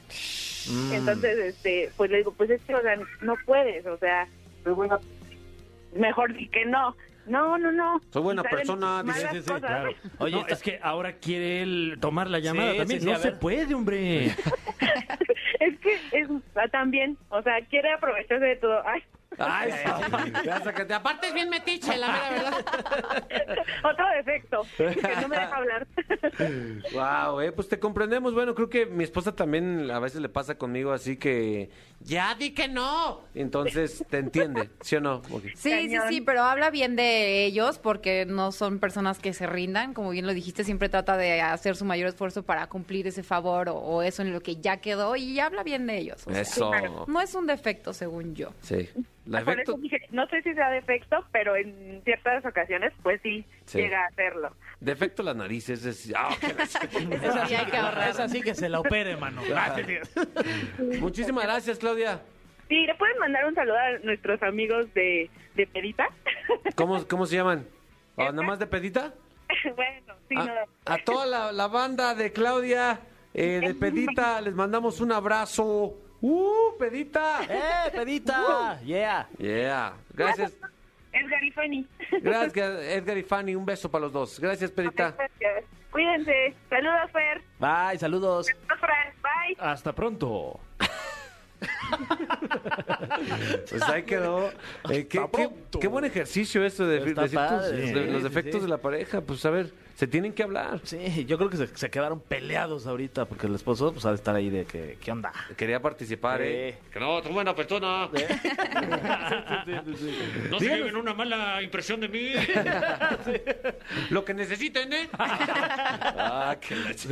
[SPEAKER 2] Mm.
[SPEAKER 8] Entonces, este, pues le digo, pues es que, o sea, no puedes, o sea, pues bueno, mejor di que no. No, no, no.
[SPEAKER 2] Soy buena
[SPEAKER 8] Y salen
[SPEAKER 2] persona, dice,
[SPEAKER 8] malas
[SPEAKER 2] sí,
[SPEAKER 8] cosas.
[SPEAKER 4] Oye,
[SPEAKER 3] No,
[SPEAKER 4] está-
[SPEAKER 3] es que ahora quiere él tomar la llamada
[SPEAKER 4] Sí,
[SPEAKER 3] también.
[SPEAKER 4] sí, sí,
[SPEAKER 3] no
[SPEAKER 4] a
[SPEAKER 3] se
[SPEAKER 4] ver.
[SPEAKER 3] puede, hombre.
[SPEAKER 8] Es que es, ah, también, o sea, quiere aprovecharse de todo. Ay,
[SPEAKER 2] Ay, sí. Te vas a que te- Aparte es bien metiche, la mera verdad.
[SPEAKER 9] Otro defecto, que no me deja hablar.
[SPEAKER 2] Wow, eh, pues te comprendemos. Bueno, creo que mi esposa también a veces le pasa conmigo, así que ya di que no. Entonces te entiende, ¿sí o no? Ok.
[SPEAKER 6] Sí,
[SPEAKER 9] Cañón.
[SPEAKER 6] sí, sí, pero habla bien de ellos porque no son personas que se rindan. Como bien lo dijiste, siempre trata de hacer su mayor esfuerzo para cumplir ese favor o, o eso en lo que ya quedó y habla bien de ellos. o sea,
[SPEAKER 2] Eso.
[SPEAKER 6] no es un defecto, según yo.
[SPEAKER 2] Sí. La
[SPEAKER 9] Por
[SPEAKER 2] efecto-
[SPEAKER 9] eso dije, no sé si sea defecto, pero en ciertas ocasiones, pues sí,
[SPEAKER 2] Sí.
[SPEAKER 9] llega a hacerlo.
[SPEAKER 2] Defecto las narices es... ah, qué la-
[SPEAKER 4] Es así,
[SPEAKER 6] hay que ahorrar.
[SPEAKER 4] es así que se la opere, mano.
[SPEAKER 2] Muchísimas gracias, Claudia.
[SPEAKER 9] Sí, le pueden mandar un saludo a nuestros amigos de, de Pedita.
[SPEAKER 2] ¿Cómo, cómo se llaman? ¿O ¿Nada más de pedita?
[SPEAKER 9] bueno, sí,
[SPEAKER 2] A,
[SPEAKER 9] no.
[SPEAKER 2] a toda la, la banda de Claudia, eh, de pedita, les mandamos un abrazo. ¡Uh, pedita!
[SPEAKER 4] ¡Eh, pedita! ¡Yeah!
[SPEAKER 2] Yeah. Gracias.
[SPEAKER 9] Es Garifani.
[SPEAKER 2] Gracias, Edgar y Fanny. Un beso para los dos. Gracias, Perita.
[SPEAKER 8] pues,
[SPEAKER 9] Gracias. Cuídense. Saludos, Fer.
[SPEAKER 4] Bye, saludos.
[SPEAKER 9] Saludos, Fran. Bye.
[SPEAKER 3] Hasta pronto.
[SPEAKER 2] Pues ahí quedó. Eh, qué, qué, qué buen ejercicio eso de
[SPEAKER 4] Está
[SPEAKER 2] decir tus-
[SPEAKER 4] padre,
[SPEAKER 2] de-
[SPEAKER 4] sí,
[SPEAKER 2] los
[SPEAKER 4] sí,
[SPEAKER 2] defectos
[SPEAKER 4] sí.
[SPEAKER 2] de la pareja. Pues a ver, se tienen que hablar.
[SPEAKER 4] Sí, yo creo que se, se quedaron peleados ahorita porque el esposo pues ha de estar ahí de que, ¿qué onda?
[SPEAKER 2] Quería participar, ¿eh?
[SPEAKER 4] Eh.
[SPEAKER 2] Que no, tú buena persona.
[SPEAKER 10] No se lleven una mala impresión de mí.
[SPEAKER 2] Lo que necesiten, ¿eh? ah, qué la ch-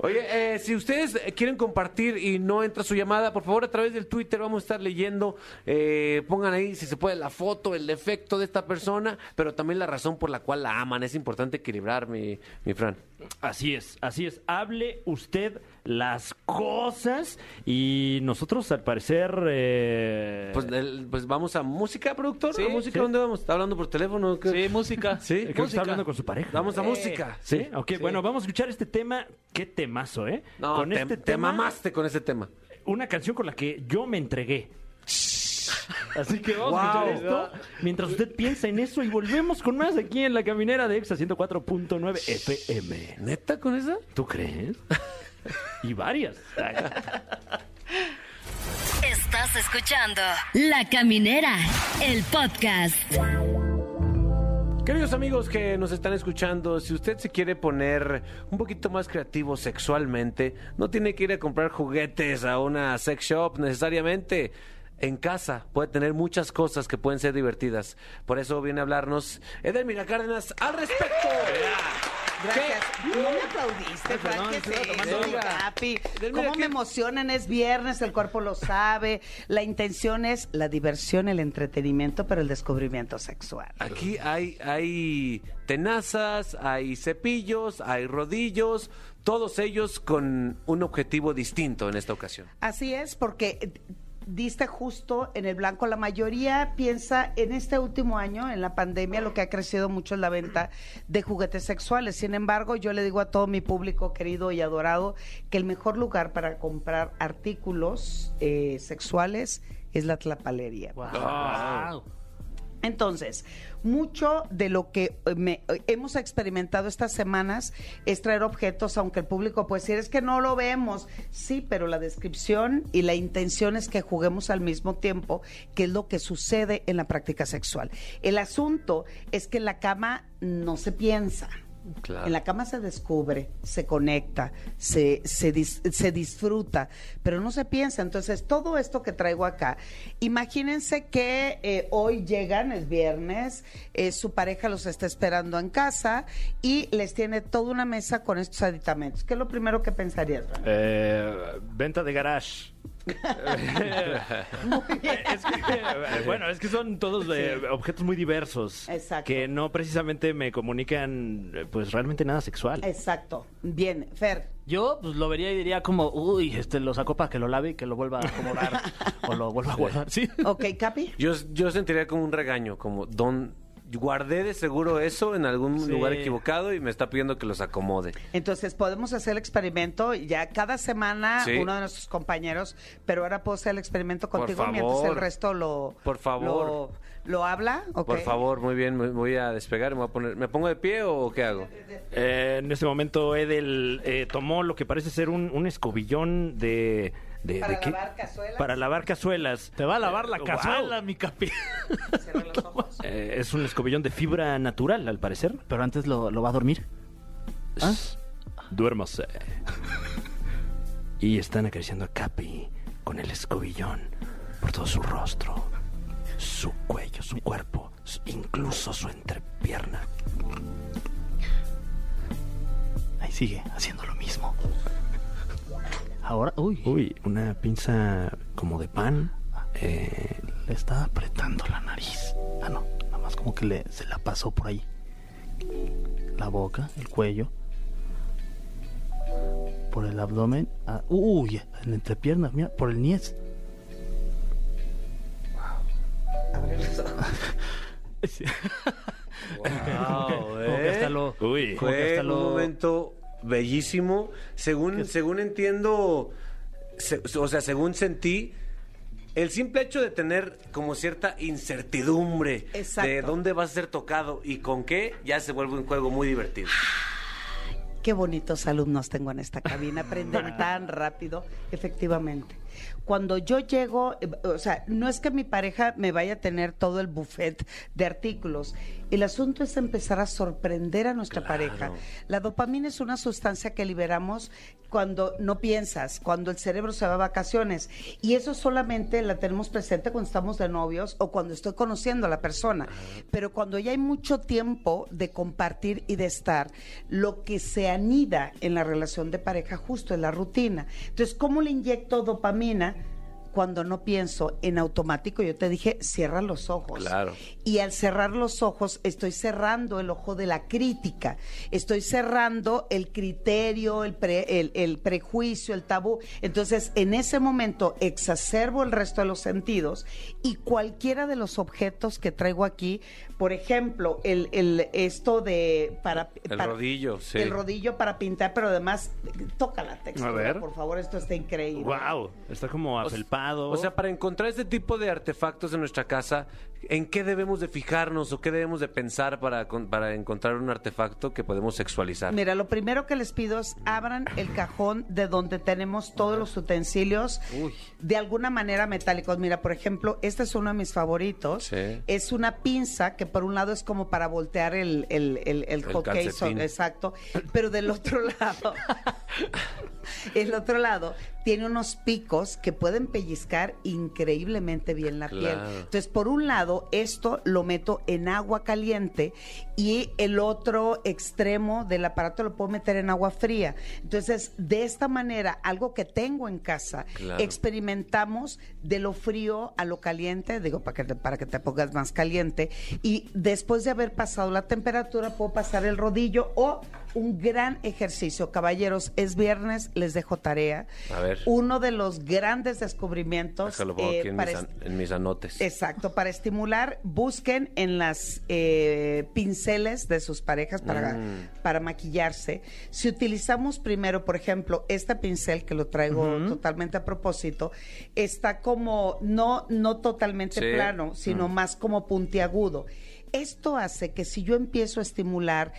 [SPEAKER 2] Oye, eh, si ustedes eh, quieren compartir y no entra su llamada, por favor a través del Twitter vamos a estar leyendo. eh, pongan ahí, si se puede, la foto, el efecto de esta persona, pero también la razón por la cual la aman. Es importante equilibrar, mi, mi Fran.
[SPEAKER 3] Así es, así es. Hable usted las cosas y nosotros al parecer... eh,
[SPEAKER 2] Pues, el- pues vamos a música, productor.
[SPEAKER 4] Sí,
[SPEAKER 2] ¿A música
[SPEAKER 4] sí.
[SPEAKER 2] dónde vamos? ¿Está hablando por teléfono? ¿Qué?
[SPEAKER 4] Sí, música.
[SPEAKER 2] Sí,
[SPEAKER 3] creo que está Eh. hablando con su pareja.
[SPEAKER 2] Vamos a música.
[SPEAKER 3] Sí, ok, bueno, vamos a escuchar este tema. Qué temazo, ¿eh?
[SPEAKER 2] No,
[SPEAKER 3] con
[SPEAKER 2] te,
[SPEAKER 3] este
[SPEAKER 2] te
[SPEAKER 3] tema,
[SPEAKER 2] mamaste con ese tema.
[SPEAKER 3] una canción con la que yo me entregué. Así que vamos a
[SPEAKER 2] Wow.
[SPEAKER 3] escuchar esto mientras usted piensa en eso y volvemos con más aquí en la caminera de Exa 104.9 FM.
[SPEAKER 2] ¿Neta con esa?
[SPEAKER 3] ¿Tú crees? Y varias.
[SPEAKER 5] Estás escuchando La Caminera, el podcast.
[SPEAKER 2] Queridos amigos que nos están escuchando, si usted se quiere poner un poquito más creativo sexualmente, no tiene que ir a comprar juguetes a una sex shop necesariamente. En casa puede tener muchas cosas que pueden ser divertidas. Por eso viene a hablarnos Edelmira Cárdenas al respecto.
[SPEAKER 8] Gracias. No me aplaudiste, Frank, ¿qué es eso, mi Capi?
[SPEAKER 2] Del- mira
[SPEAKER 8] ¿Cómo
[SPEAKER 2] que-
[SPEAKER 8] me emocionan? Es viernes, el cuerpo lo sabe. La intención es la diversión, el entretenimiento, pero el descubrimiento sexual.
[SPEAKER 2] Aquí hay, hay tenazas, hay cepillos, hay rodillos, todos ellos con un objetivo distinto en esta ocasión.
[SPEAKER 8] Así es, porque diste justo en el blanco. La mayoría piensa en este último año, en la pandemia, lo que ha crecido mucho es la venta de juguetes sexuales. Sin embargo, yo le digo a todo mi público querido y adorado que el mejor lugar para comprar artículos eh, sexuales es la tlapalería.
[SPEAKER 4] Wow.
[SPEAKER 8] Entonces, mucho de lo que eh, me- eh, hemos experimentado estas semanas es traer objetos, aunque el público puede decir, es que no lo vemos. Sí, pero la descripción y la intención es que juguemos al mismo tiempo, que es lo que sucede en la práctica sexual. El asunto es que en la cama no se piensa.
[SPEAKER 2] Claro.
[SPEAKER 8] En la cama se descubre, se conecta, se, se, dis- se disfruta, pero no se piensa. Entonces, todo esto que traigo acá, imagínense que eh, hoy llegan, es viernes, eh, su pareja los está esperando en casa y les tiene toda una mesa con estos aditamentos. ¿Qué es lo primero que pensarías? Fran?
[SPEAKER 3] Eh, venta de garage. Es que, eh, bueno, es que son todos de objetos muy diversos.
[SPEAKER 8] Exacto.
[SPEAKER 3] Que no precisamente me comunican, eh, pues realmente nada sexual.
[SPEAKER 8] Exacto. Bien, Fer.
[SPEAKER 4] Yo pues lo vería y diría como, uy, este lo sacó para que lo lave y que lo vuelva a acomodar o lo vuelva a guardar, sí.
[SPEAKER 8] Ok, Capi.
[SPEAKER 2] Yo, yo sentiría como un regaño, como don guardé de seguro eso en algún
[SPEAKER 4] Sí.
[SPEAKER 2] lugar equivocado y me está pidiendo que los acomode.
[SPEAKER 8] Entonces podemos hacer el experimento ya cada semana
[SPEAKER 2] Sí.
[SPEAKER 8] uno de nuestros compañeros, pero ahora puedo hacer el experimento
[SPEAKER 2] Por
[SPEAKER 8] contigo mientras el
[SPEAKER 2] favor.
[SPEAKER 8] resto lo
[SPEAKER 2] Por favor.
[SPEAKER 8] lo, lo habla. ok.
[SPEAKER 2] Por favor, muy bien, me voy a despegar, me voy a poner, ¿me pongo de pie o qué hago?
[SPEAKER 3] Eh, en este momento Edel eh, tomó lo que parece ser un, un escobillón de, de,
[SPEAKER 8] Para
[SPEAKER 3] de qué-
[SPEAKER 8] lavar cazuelas.
[SPEAKER 3] Para lavar cazuelas.
[SPEAKER 4] Te va a lavar la
[SPEAKER 3] Wow.
[SPEAKER 4] cazuela, mi capi.
[SPEAKER 8] Cierra los ojos.
[SPEAKER 3] Eh, es un escobillón de fibra natural, al parecer.
[SPEAKER 4] Pero antes lo, lo va a dormir. ¿Ah?
[SPEAKER 3] Duérmase. Y están acariciando a Capi con el escobillón por todo su rostro, su cuello, su cuerpo, su- incluso su entrepierna.
[SPEAKER 4] Ahí sigue, haciendo lo mismo. Ahora, uy,
[SPEAKER 3] Uy, una pinza como de pan. eh,
[SPEAKER 4] le está apretando la nariz. Ah, no, nada más como que le, se la pasó por ahí. La boca, el cuello. Por el abdomen. ah, uy, en la entrepierna, mira, por el niés. Sí. Como que hasta lo-
[SPEAKER 3] Uy.
[SPEAKER 4] como que
[SPEAKER 2] Fue
[SPEAKER 4] hasta
[SPEAKER 2] un
[SPEAKER 4] lo-
[SPEAKER 2] momento bellísimo. Según, según entiendo, se- o sea, según sentí, el simple hecho de tener como cierta incertidumbre
[SPEAKER 8] Exacto.
[SPEAKER 2] de dónde vas a ser tocado y con qué, ya se vuelve un juego muy divertido.
[SPEAKER 8] Qué bonitos alumnos tengo en esta cabina, aprenden tan rápido, efectivamente. Cuando yo llego, eh, o sea, no es que mi pareja me vaya a tener todo el buffet de artículos. El asunto es empezar a sorprender a nuestra pareja. La dopamina es una sustancia que liberamos cuando no piensas, cuando el cerebro se va a vacaciones. Y eso solamente la tenemos presente cuando estamos de novios o cuando estoy conociendo a la persona. Pero cuando ya hay mucho tiempo de compartir y de estar, lo que se anida en la relación de pareja justo es la rutina. Entonces, ¿cómo le inyecto dopamina? Cuando no pienso en automático, yo te dije, cierra los ojos.
[SPEAKER 2] Claro.
[SPEAKER 8] Y al cerrar los ojos, estoy cerrando el ojo de la crítica, estoy cerrando el criterio, el, pre- el- el prejuicio, el tabú. Entonces, en ese momento, exacerbo el resto de los sentidos y cualquiera de los objetos que traigo aquí, por ejemplo, el, el- esto de para,
[SPEAKER 2] El
[SPEAKER 8] para-
[SPEAKER 2] rodillo, sí.
[SPEAKER 8] el rodillo para pintar, pero además toca la textura,
[SPEAKER 3] A ver.
[SPEAKER 8] por favor, esto está increíble.
[SPEAKER 3] Wow, está como afelpado.
[SPEAKER 2] O sea, para encontrar este tipo de artefactos en nuestra casa, ¿en qué debemos de fijarnos o qué debemos de pensar para, con- para encontrar un artefacto que podemos sexualizar?
[SPEAKER 8] Mira, lo primero que les pido es abran el cajón de donde tenemos todos los utensilios
[SPEAKER 2] Uy.
[SPEAKER 8] de alguna manera metálicos. Mira, por ejemplo, este es uno de mis favoritos.
[SPEAKER 2] Sí.
[SPEAKER 8] Es una pinza que por un lado es como para voltear el, el, el, el
[SPEAKER 2] El
[SPEAKER 8] hot cake,
[SPEAKER 2] calcetín.
[SPEAKER 8] so- exacto, pero del otro lado, el otro lado tiene unos picos que pueden pellizcar increíblemente bien la
[SPEAKER 2] Claro.
[SPEAKER 8] piel. Entonces, por un lado, esto lo meto en agua caliente y el otro extremo del aparato lo puedo meter en agua fría. Entonces, de esta manera, algo que tengo en casa,
[SPEAKER 2] Claro.
[SPEAKER 8] experimentamos de lo frío a lo caliente, digo, para que, te, para que te pongas más caliente, y después de haber pasado la temperatura, puedo pasar el rodillo o un gran ejercicio. Caballeros, es viernes, les dejo tarea.
[SPEAKER 2] A ver.
[SPEAKER 8] Uno de los grandes descubrimientos
[SPEAKER 2] Déjalo pongo
[SPEAKER 8] eh,
[SPEAKER 2] aquí en
[SPEAKER 8] para
[SPEAKER 2] mis,
[SPEAKER 8] est-
[SPEAKER 2] an- en mis anotes.
[SPEAKER 8] Exacto, para estimular, busquen en las eh, pinceles de sus parejas para, para maquillarse. Si utilizamos primero, por ejemplo, este pincel que lo traigo totalmente a propósito, está como no, no totalmente
[SPEAKER 2] Sí.
[SPEAKER 8] plano, sino más como puntiagudo. Esto hace que si yo empiezo a estimular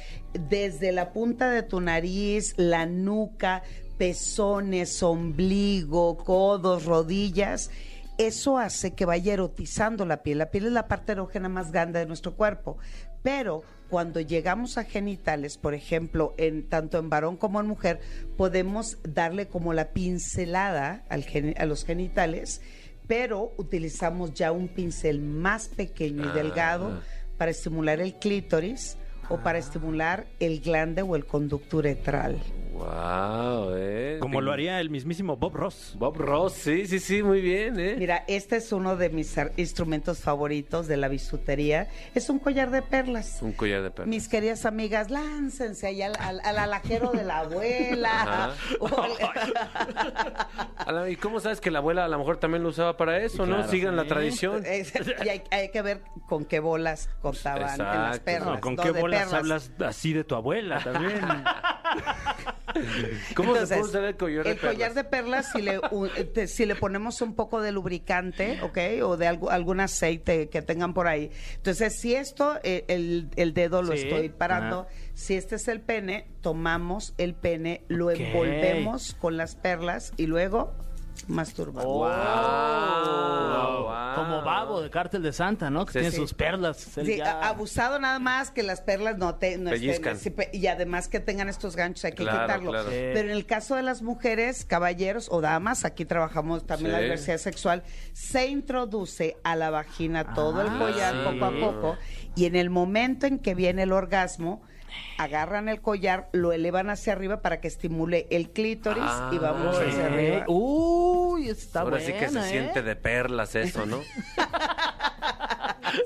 [SPEAKER 8] desde la punta de tu nariz, la nuca, pezones, ombligo, codos, rodillas, eso hace que vaya erotizando la piel. La piel es la parte erógena más grande de nuestro cuerpo. Pero cuando llegamos a genitales, por ejemplo, en, tanto en varón como en mujer, podemos darle como la pincelada al geni- a los genitales, pero utilizamos ya un pincel más pequeño y delgado para estimular el clítoris o para estimular el glande o el conducto uretral.
[SPEAKER 2] Wow, eh.
[SPEAKER 3] como lo haría el mismísimo Bob Ross.
[SPEAKER 2] Bob Ross, sí, sí, sí, muy bien, eh.
[SPEAKER 8] Mira, este es uno de mis ar- instrumentos favoritos de la bisutería. Es un collar de perlas.
[SPEAKER 2] Un collar de perlas.
[SPEAKER 8] Mis queridas amigas, láncense ahí al, al- al alajero de la abuela.
[SPEAKER 2] Ajá.
[SPEAKER 8] O al-
[SPEAKER 2] A la- ¿Y cómo sabes que la abuela a lo mejor también lo usaba para eso, no?
[SPEAKER 3] Claro,
[SPEAKER 2] Sigan la
[SPEAKER 3] sí.
[SPEAKER 2] tradición.
[SPEAKER 8] Es- y hay, hay que ver con qué bolas contaban en las
[SPEAKER 2] Exacto.
[SPEAKER 8] perlas.
[SPEAKER 3] No, ¿Con
[SPEAKER 8] no,
[SPEAKER 3] qué
[SPEAKER 8] de
[SPEAKER 3] bolas
[SPEAKER 8] perlas.
[SPEAKER 3] hablas así de tu abuela también?
[SPEAKER 2] ¿Cómo se
[SPEAKER 8] Entonces,
[SPEAKER 2] puede usar el collar de
[SPEAKER 8] el collar
[SPEAKER 2] perlas?
[SPEAKER 8] de perlas, si le, u- eh, te- si le ponemos un poco de lubricante, ¿ok? O de algo- algún aceite que tengan por ahí. Entonces, si esto, eh, el, el dedo lo
[SPEAKER 3] Sí.
[SPEAKER 8] estoy parando,
[SPEAKER 3] Ajá.
[SPEAKER 8] si este es el pene, tomamos el pene, lo
[SPEAKER 3] Ok.
[SPEAKER 8] envolvemos con las perlas y luego masturbando.
[SPEAKER 2] Wow. Wow.
[SPEAKER 4] Oh. Como babo de Cártel de Santa, ¿no? Que tiene sus perlas. él
[SPEAKER 8] Sí,
[SPEAKER 4] ya-
[SPEAKER 8] a- abusado nada más que las perlas no, te, no estén
[SPEAKER 2] Pellizcan.
[SPEAKER 8] así, pe- y además que tengan estos ganchos, hay que
[SPEAKER 2] Claro,
[SPEAKER 8] quitarlo.
[SPEAKER 2] claro. Sí.
[SPEAKER 8] Pero en el caso de las mujeres, caballeros o damas, aquí trabajamos también la
[SPEAKER 2] Sí.
[SPEAKER 8] diversidad sexual, se introduce a la vagina todo el
[SPEAKER 4] Ah,
[SPEAKER 8] collar
[SPEAKER 2] sí.
[SPEAKER 8] poco a poco y en el momento en que viene el orgasmo, agarran el collar, lo elevan hacia arriba para que estimule el clítoris y vamos
[SPEAKER 2] Ah,
[SPEAKER 8] hacia
[SPEAKER 2] sí.
[SPEAKER 8] arriba.
[SPEAKER 4] Uy, está ¿eh?
[SPEAKER 2] Ahora
[SPEAKER 4] bueno.
[SPEAKER 2] sí que se
[SPEAKER 8] ¿eh?
[SPEAKER 2] siente de perlas eso, ¿no?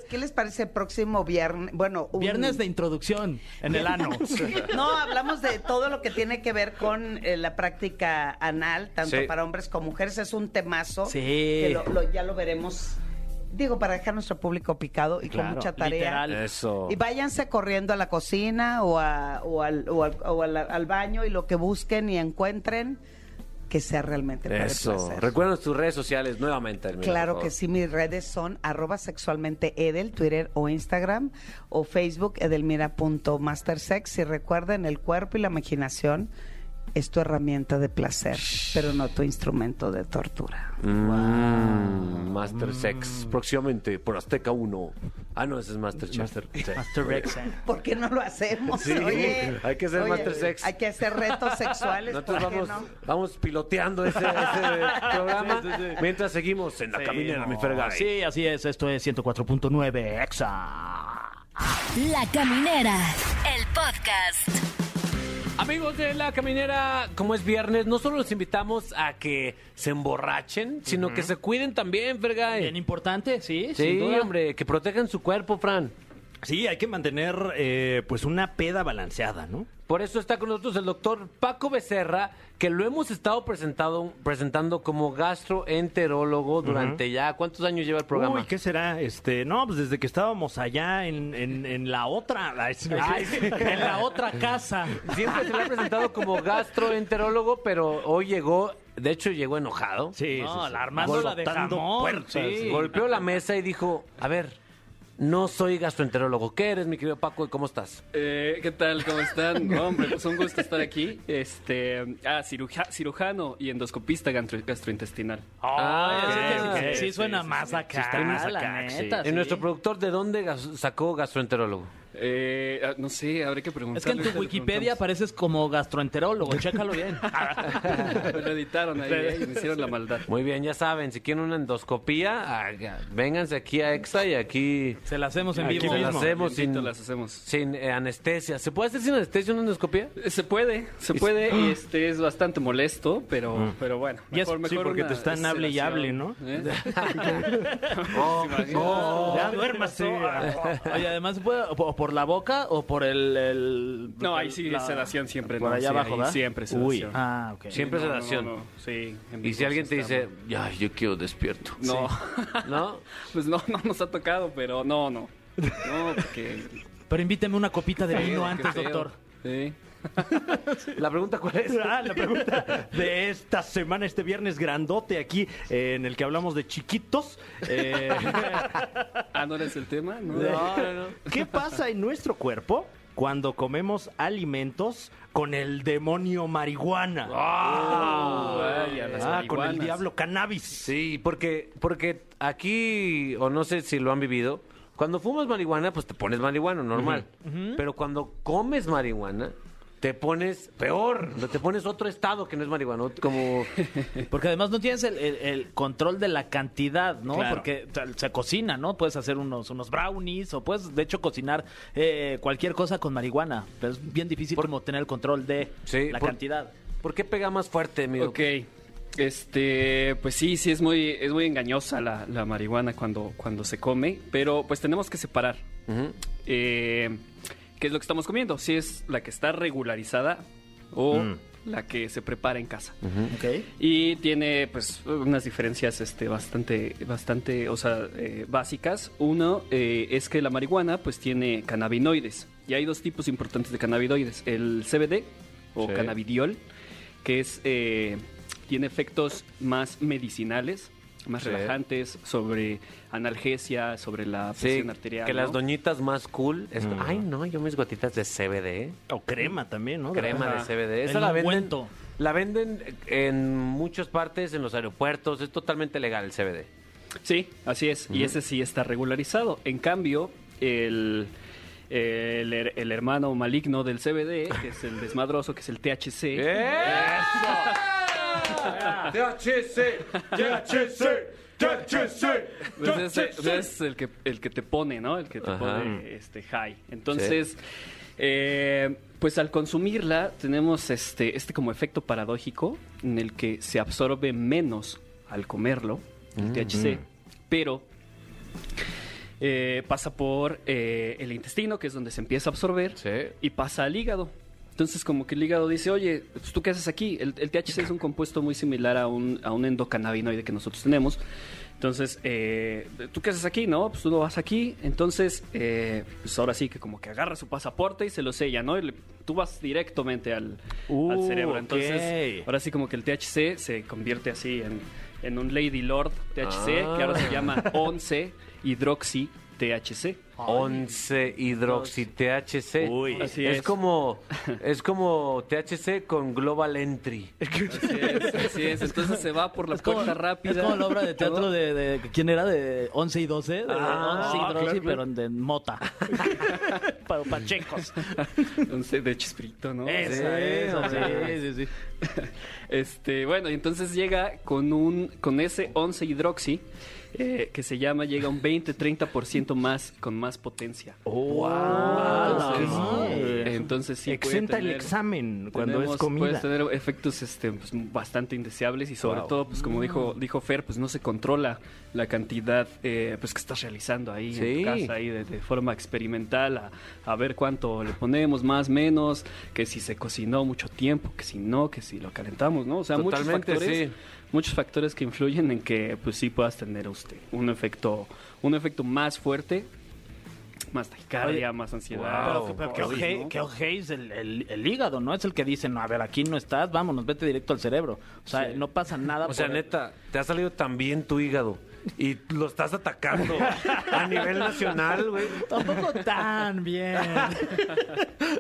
[SPEAKER 8] ¿Qué les parece el próximo viernes? Bueno, un-
[SPEAKER 4] Viernes de introducción en el ano.
[SPEAKER 8] No, hablamos de todo lo que tiene que ver con eh, la práctica anal, tanto
[SPEAKER 2] Sí.
[SPEAKER 8] para hombres como mujeres. Es un temazo.
[SPEAKER 4] Sí.
[SPEAKER 8] Que lo- lo- ya lo veremos. Digo, para dejar nuestro público picado y
[SPEAKER 4] Claro,
[SPEAKER 8] con mucha tarea.
[SPEAKER 4] literal.
[SPEAKER 2] Eso.
[SPEAKER 8] Y váyanse corriendo a la cocina o, a- o al, o al- o al- al baño y lo que busquen y encuentren que sea realmente para el
[SPEAKER 2] Eso.
[SPEAKER 8] placer.
[SPEAKER 2] Recuerden tus redes sociales nuevamente. Hermina,
[SPEAKER 8] Claro
[SPEAKER 2] por
[SPEAKER 8] que
[SPEAKER 2] favor.
[SPEAKER 8] sí, mis redes son arroba sexualmente edel, Twitter o Instagram, o Facebook edelmira.mastersex. Y recuerden, el cuerpo y la imaginación es tu herramienta de placer, pero no tu instrumento de tortura.
[SPEAKER 2] Mm, Master Sex. Próximamente por Azteca 1. Ah, no, ese es Master Chef.
[SPEAKER 4] Master Rex. eh.
[SPEAKER 8] ¿Por qué no lo hacemos?
[SPEAKER 2] Sí,
[SPEAKER 8] Oye,
[SPEAKER 2] hay que hacer
[SPEAKER 8] oye,
[SPEAKER 2] Mastersex.
[SPEAKER 8] Hay que hacer retos sexuales, ¿por
[SPEAKER 2] Nosotros
[SPEAKER 8] qué
[SPEAKER 2] vamos,
[SPEAKER 8] no?
[SPEAKER 2] vamos piloteando ese, ese programa
[SPEAKER 4] Sí, sí, sí.
[SPEAKER 2] mientras seguimos en la caminera, mi Fergay.
[SPEAKER 4] Sí, así es. Esto es 104.9 Exa.
[SPEAKER 5] La Caminera, el podcast.
[SPEAKER 2] Amigos de La Caminera, como es viernes, no solo los invitamos a que se emborrachen, sino que se cuiden también,
[SPEAKER 4] Bien
[SPEAKER 2] Fergay.
[SPEAKER 4] importante, sí.
[SPEAKER 2] Sí,
[SPEAKER 4] sin duda.
[SPEAKER 2] hombre, que protejan su cuerpo, Fran.
[SPEAKER 3] Sí, hay que mantener eh, pues una peda balanceada, ¿no?
[SPEAKER 2] Por eso está con nosotros el doctor Paco Becerra, que lo hemos estado presentado, presentando como gastroenterólogo durante ya. ¿Cuántos años lleva el programa?
[SPEAKER 3] Uy, ¿qué será? Este, no, pues desde que estábamos allá en, en- en la otra. Ay, sí,
[SPEAKER 4] Ay, sí, en la otra casa.
[SPEAKER 2] Siempre se lo ha presentado como gastroenterólogo, pero hoy llegó, de hecho llegó enojado.
[SPEAKER 3] Sí,
[SPEAKER 4] No,
[SPEAKER 3] sí, sí.
[SPEAKER 4] la armándola de
[SPEAKER 3] Golpeando
[SPEAKER 4] jamón,
[SPEAKER 3] puertas.
[SPEAKER 4] sí.
[SPEAKER 2] Golpeó la mesa y dijo, a ver, no soy gastroenterólogo. ¿Qué eres, mi querido Paco, y cómo estás?
[SPEAKER 11] Eh, ¿Qué tal? ¿Cómo están? No, hombre, pues un gusto estar aquí. Este, ah, ciruja- cirujano y endoscopista gastro- gastrointestinal.
[SPEAKER 4] Ay, así
[SPEAKER 2] ok,
[SPEAKER 4] Ah, que
[SPEAKER 2] ok,
[SPEAKER 4] sí,
[SPEAKER 11] sí,
[SPEAKER 4] suena
[SPEAKER 11] sí,
[SPEAKER 4] más
[SPEAKER 11] sí,
[SPEAKER 4] acá. Ah,
[SPEAKER 11] sí, está más
[SPEAKER 4] la
[SPEAKER 11] acá, sí.
[SPEAKER 4] neta,
[SPEAKER 2] ¿En
[SPEAKER 4] sí.
[SPEAKER 2] nuestro productor de dónde gas- sacó gastroenterólogo?
[SPEAKER 11] Eh, ah, no sé, habré que preguntar.
[SPEAKER 4] Es que en tu Wikipedia apareces como gastroenterólogo, chécalo bien.
[SPEAKER 11] lo editaron ahí eh, y me hicieron la maldad.
[SPEAKER 2] Muy bien, ya saben, si quieren una endoscopía, haga- vénganse aquí a EXA y aquí
[SPEAKER 4] Se la hacemos en
[SPEAKER 3] Aquí
[SPEAKER 4] vivo.
[SPEAKER 2] se las
[SPEAKER 3] mismo.
[SPEAKER 2] hacemos
[SPEAKER 11] Bien,
[SPEAKER 2] sin,
[SPEAKER 11] las hacemos.
[SPEAKER 2] sin eh, anestesia. ¿Se puede hacer sin anestesia una endoscopía?
[SPEAKER 11] Eh, Se puede, se puede, y este es bastante molesto, pero, pero bueno.
[SPEAKER 3] Y es-
[SPEAKER 11] Mejor,
[SPEAKER 3] sí,
[SPEAKER 11] mejor
[SPEAKER 3] porque
[SPEAKER 11] una
[SPEAKER 3] te están hable y hable,
[SPEAKER 11] sedación,
[SPEAKER 3] ¿no?
[SPEAKER 11] ¿eh?
[SPEAKER 3] ya duérmase.
[SPEAKER 4] Oye, además, ¿puedo- o por la boca o por el. el-
[SPEAKER 11] No, ahí sí
[SPEAKER 4] la-
[SPEAKER 11] sedación siempre.
[SPEAKER 4] Por
[SPEAKER 11] no,
[SPEAKER 4] allá
[SPEAKER 11] sí,
[SPEAKER 4] abajo,
[SPEAKER 11] ahí
[SPEAKER 4] ¿verdad?
[SPEAKER 11] Siempre sedación.
[SPEAKER 3] Uy.
[SPEAKER 4] Ah, ok.
[SPEAKER 2] Siempre
[SPEAKER 11] No, no,
[SPEAKER 2] sedación.
[SPEAKER 11] no, no, sí, en
[SPEAKER 2] Y
[SPEAKER 11] vivo
[SPEAKER 2] si alguien
[SPEAKER 11] sí
[SPEAKER 2] te dice,
[SPEAKER 11] está mal.
[SPEAKER 2] ya, yo quiero despierto.
[SPEAKER 11] No.
[SPEAKER 2] ¿No?
[SPEAKER 11] Pues no, no nos ha tocado, pero no, no. No, porque.
[SPEAKER 4] Pero invíteme una copita de
[SPEAKER 11] Qué
[SPEAKER 4] vino
[SPEAKER 11] feo,
[SPEAKER 4] antes,
[SPEAKER 11] qué feo.
[SPEAKER 4] doctor.
[SPEAKER 11] Sí.
[SPEAKER 2] La pregunta cuál es.
[SPEAKER 3] Ah, la pregunta de esta semana, este viernes grandote aquí, eh, en el que hablamos de chiquitos. Eh,
[SPEAKER 11] Ah, no eres el tema, ¿no?
[SPEAKER 3] ¿Qué pasa en nuestro cuerpo cuando comemos alimentos con el demonio marihuana?
[SPEAKER 11] Vaya, las
[SPEAKER 3] Ah, con el
[SPEAKER 11] marihuanas.
[SPEAKER 3] diablo cannabis.
[SPEAKER 2] Sí, porque, porque aquí, o no sé si lo han vivido, cuando fumas marihuana, pues te pones marihuana, normal. Pero cuando comes marihuana, te pones peor, te pones otro estado que no es marihuana, como...
[SPEAKER 4] Porque además no tienes el, el- el control de la cantidad, ¿no?
[SPEAKER 11] Claro.
[SPEAKER 4] Porque o sea, se cocina, ¿no? Puedes hacer unos, unos brownies o puedes, de hecho, cocinar eh, cualquier cosa con marihuana. Pero es bien difícil como tener el control de
[SPEAKER 2] Sí,
[SPEAKER 4] la
[SPEAKER 2] por-
[SPEAKER 4] cantidad.
[SPEAKER 2] ¿Por qué pega más fuerte, mi
[SPEAKER 11] Ok. Este, pues sí, sí, es muy, es muy engañosa la, la marihuana cuando, cuando se come, pero pues tenemos que separar. eh, qué es lo que estamos comiendo, si es la que está regularizada o
[SPEAKER 2] Mm.
[SPEAKER 11] la que se prepara en casa. Y tiene pues unas diferencias este, bastante, bastante, o sea, eh, básicas. Uno eh, es que la marihuana pues tiene cannabinoides y hay dos tipos importantes de cannabinoides, el CBD o
[SPEAKER 2] Sí.
[SPEAKER 11] cannabidiol, que es, eh, tiene efectos más medicinales.
[SPEAKER 8] más
[SPEAKER 2] Sí.
[SPEAKER 8] relajantes, sobre analgesia, sobre la
[SPEAKER 2] Sí,
[SPEAKER 8] presión arterial.
[SPEAKER 2] que las
[SPEAKER 8] ¿no?
[SPEAKER 2] doñitas más cool. es- Ay, no, yo mis gotitas de CBD.
[SPEAKER 3] O crema también, ¿no? Ah.
[SPEAKER 2] Crema de
[SPEAKER 3] Ajá.
[SPEAKER 2] CBD.
[SPEAKER 3] El
[SPEAKER 2] Esa la venden,
[SPEAKER 3] ungüento.
[SPEAKER 2] la venden en muchas partes, en los aeropuertos. Es totalmente legal el CBD.
[SPEAKER 8] Sí, así es. Y
[SPEAKER 2] Ujú.
[SPEAKER 8] ese sí está regularizado. En cambio, el, el, her- el hermano maligno del CBD, que es el desmadroso, que es el THC.
[SPEAKER 2] ¡Eh! THC, THC, THC.
[SPEAKER 8] Pues es, es el, que, el que te pone, ¿no? El que te
[SPEAKER 2] Ajá.
[SPEAKER 8] pone este, high. Entonces, eh, pues al consumirla tenemos este, este como efecto paradójico en el que se absorbe menos al comerlo, el THC, pero eh, pasa por eh, el intestino, que es donde se empieza a absorber, y pasa al hígado. Entonces como que el hígado dice, oye, pues, ¿tú qué haces aquí? El, el THC es un compuesto muy similar a un, a un endocannabinoide que nosotros tenemos. Entonces, eh, ¿tú qué haces aquí? No, pues tú no vas aquí. Entonces, eh, pues ahora sí que como que agarra su pasaporte y se lo sella, ¿no? Y le- tú vas directamente al, al
[SPEAKER 3] Uh,
[SPEAKER 8] cerebro.
[SPEAKER 3] ok.
[SPEAKER 8] Entonces, ahora sí como que el THC se convierte así en, en un Lady Lord THC,
[SPEAKER 2] Ah.
[SPEAKER 8] que ahora se llama 11 hidroxi THC.
[SPEAKER 2] 11 hidroxi THC.
[SPEAKER 8] Uy. Así
[SPEAKER 2] es.
[SPEAKER 8] es.
[SPEAKER 2] como es como THC con global entry.
[SPEAKER 8] Así es, así es. Entonces se va por la puerta rápida.
[SPEAKER 4] Es como la obra de teatro de, de- ¿quién era? De 11 y 12, de
[SPEAKER 8] Ah,
[SPEAKER 4] 11 y
[SPEAKER 8] claro,
[SPEAKER 4] 12,
[SPEAKER 8] claro.
[SPEAKER 4] pero de mota. para pachecos.
[SPEAKER 8] 11 de Chespirito, ¿no?
[SPEAKER 4] Esa,
[SPEAKER 8] Sí,
[SPEAKER 4] esa,
[SPEAKER 8] sí,
[SPEAKER 4] sí, sí,
[SPEAKER 8] Este, bueno, y entonces llega con un con ese 11 hidroxi eh, que se llama llega un 20-30% más con más potencia. Entonces, entonces sí puede
[SPEAKER 3] Exenta el
[SPEAKER 8] tener-
[SPEAKER 3] examen cuando
[SPEAKER 8] tenemos-
[SPEAKER 3] es comida.
[SPEAKER 8] Puedes tener efectos este, pues, bastante indeseables y sobre
[SPEAKER 3] Wow.
[SPEAKER 8] todo, pues como dijo, dijo Fer, pues no se controla la cantidad eh, pues que estás realizando ahí en
[SPEAKER 2] Sí.
[SPEAKER 8] tu casa ahí de, de forma experimental a, a ver cuánto le ponemos, más, menos, que si se cocinó mucho tiempo, que si no, que si lo calentamos, ¿no? O sea,
[SPEAKER 2] Totalmente,
[SPEAKER 8] muchos factores.
[SPEAKER 2] sí.
[SPEAKER 8] Muchos factores que influyen en que pues sí puedas tener usted un efecto, un efecto más fuerte, más taquicardia,
[SPEAKER 4] Oye,
[SPEAKER 8] más ansiedad.
[SPEAKER 4] Pero que- pero que
[SPEAKER 8] Oye,
[SPEAKER 4] oje-
[SPEAKER 8] ¿no?
[SPEAKER 4] que ojéis el, el- el hígado, ¿no? Es el que dice, no, a ver, aquí no estás, vámonos, vete directo al cerebro. O sea, no pasa nada.
[SPEAKER 2] O sea,
[SPEAKER 4] por-
[SPEAKER 2] neta, te ha salido tan bien tu hígado y lo estás atacando a nivel nacional, güey.
[SPEAKER 4] Tampoco tan bien.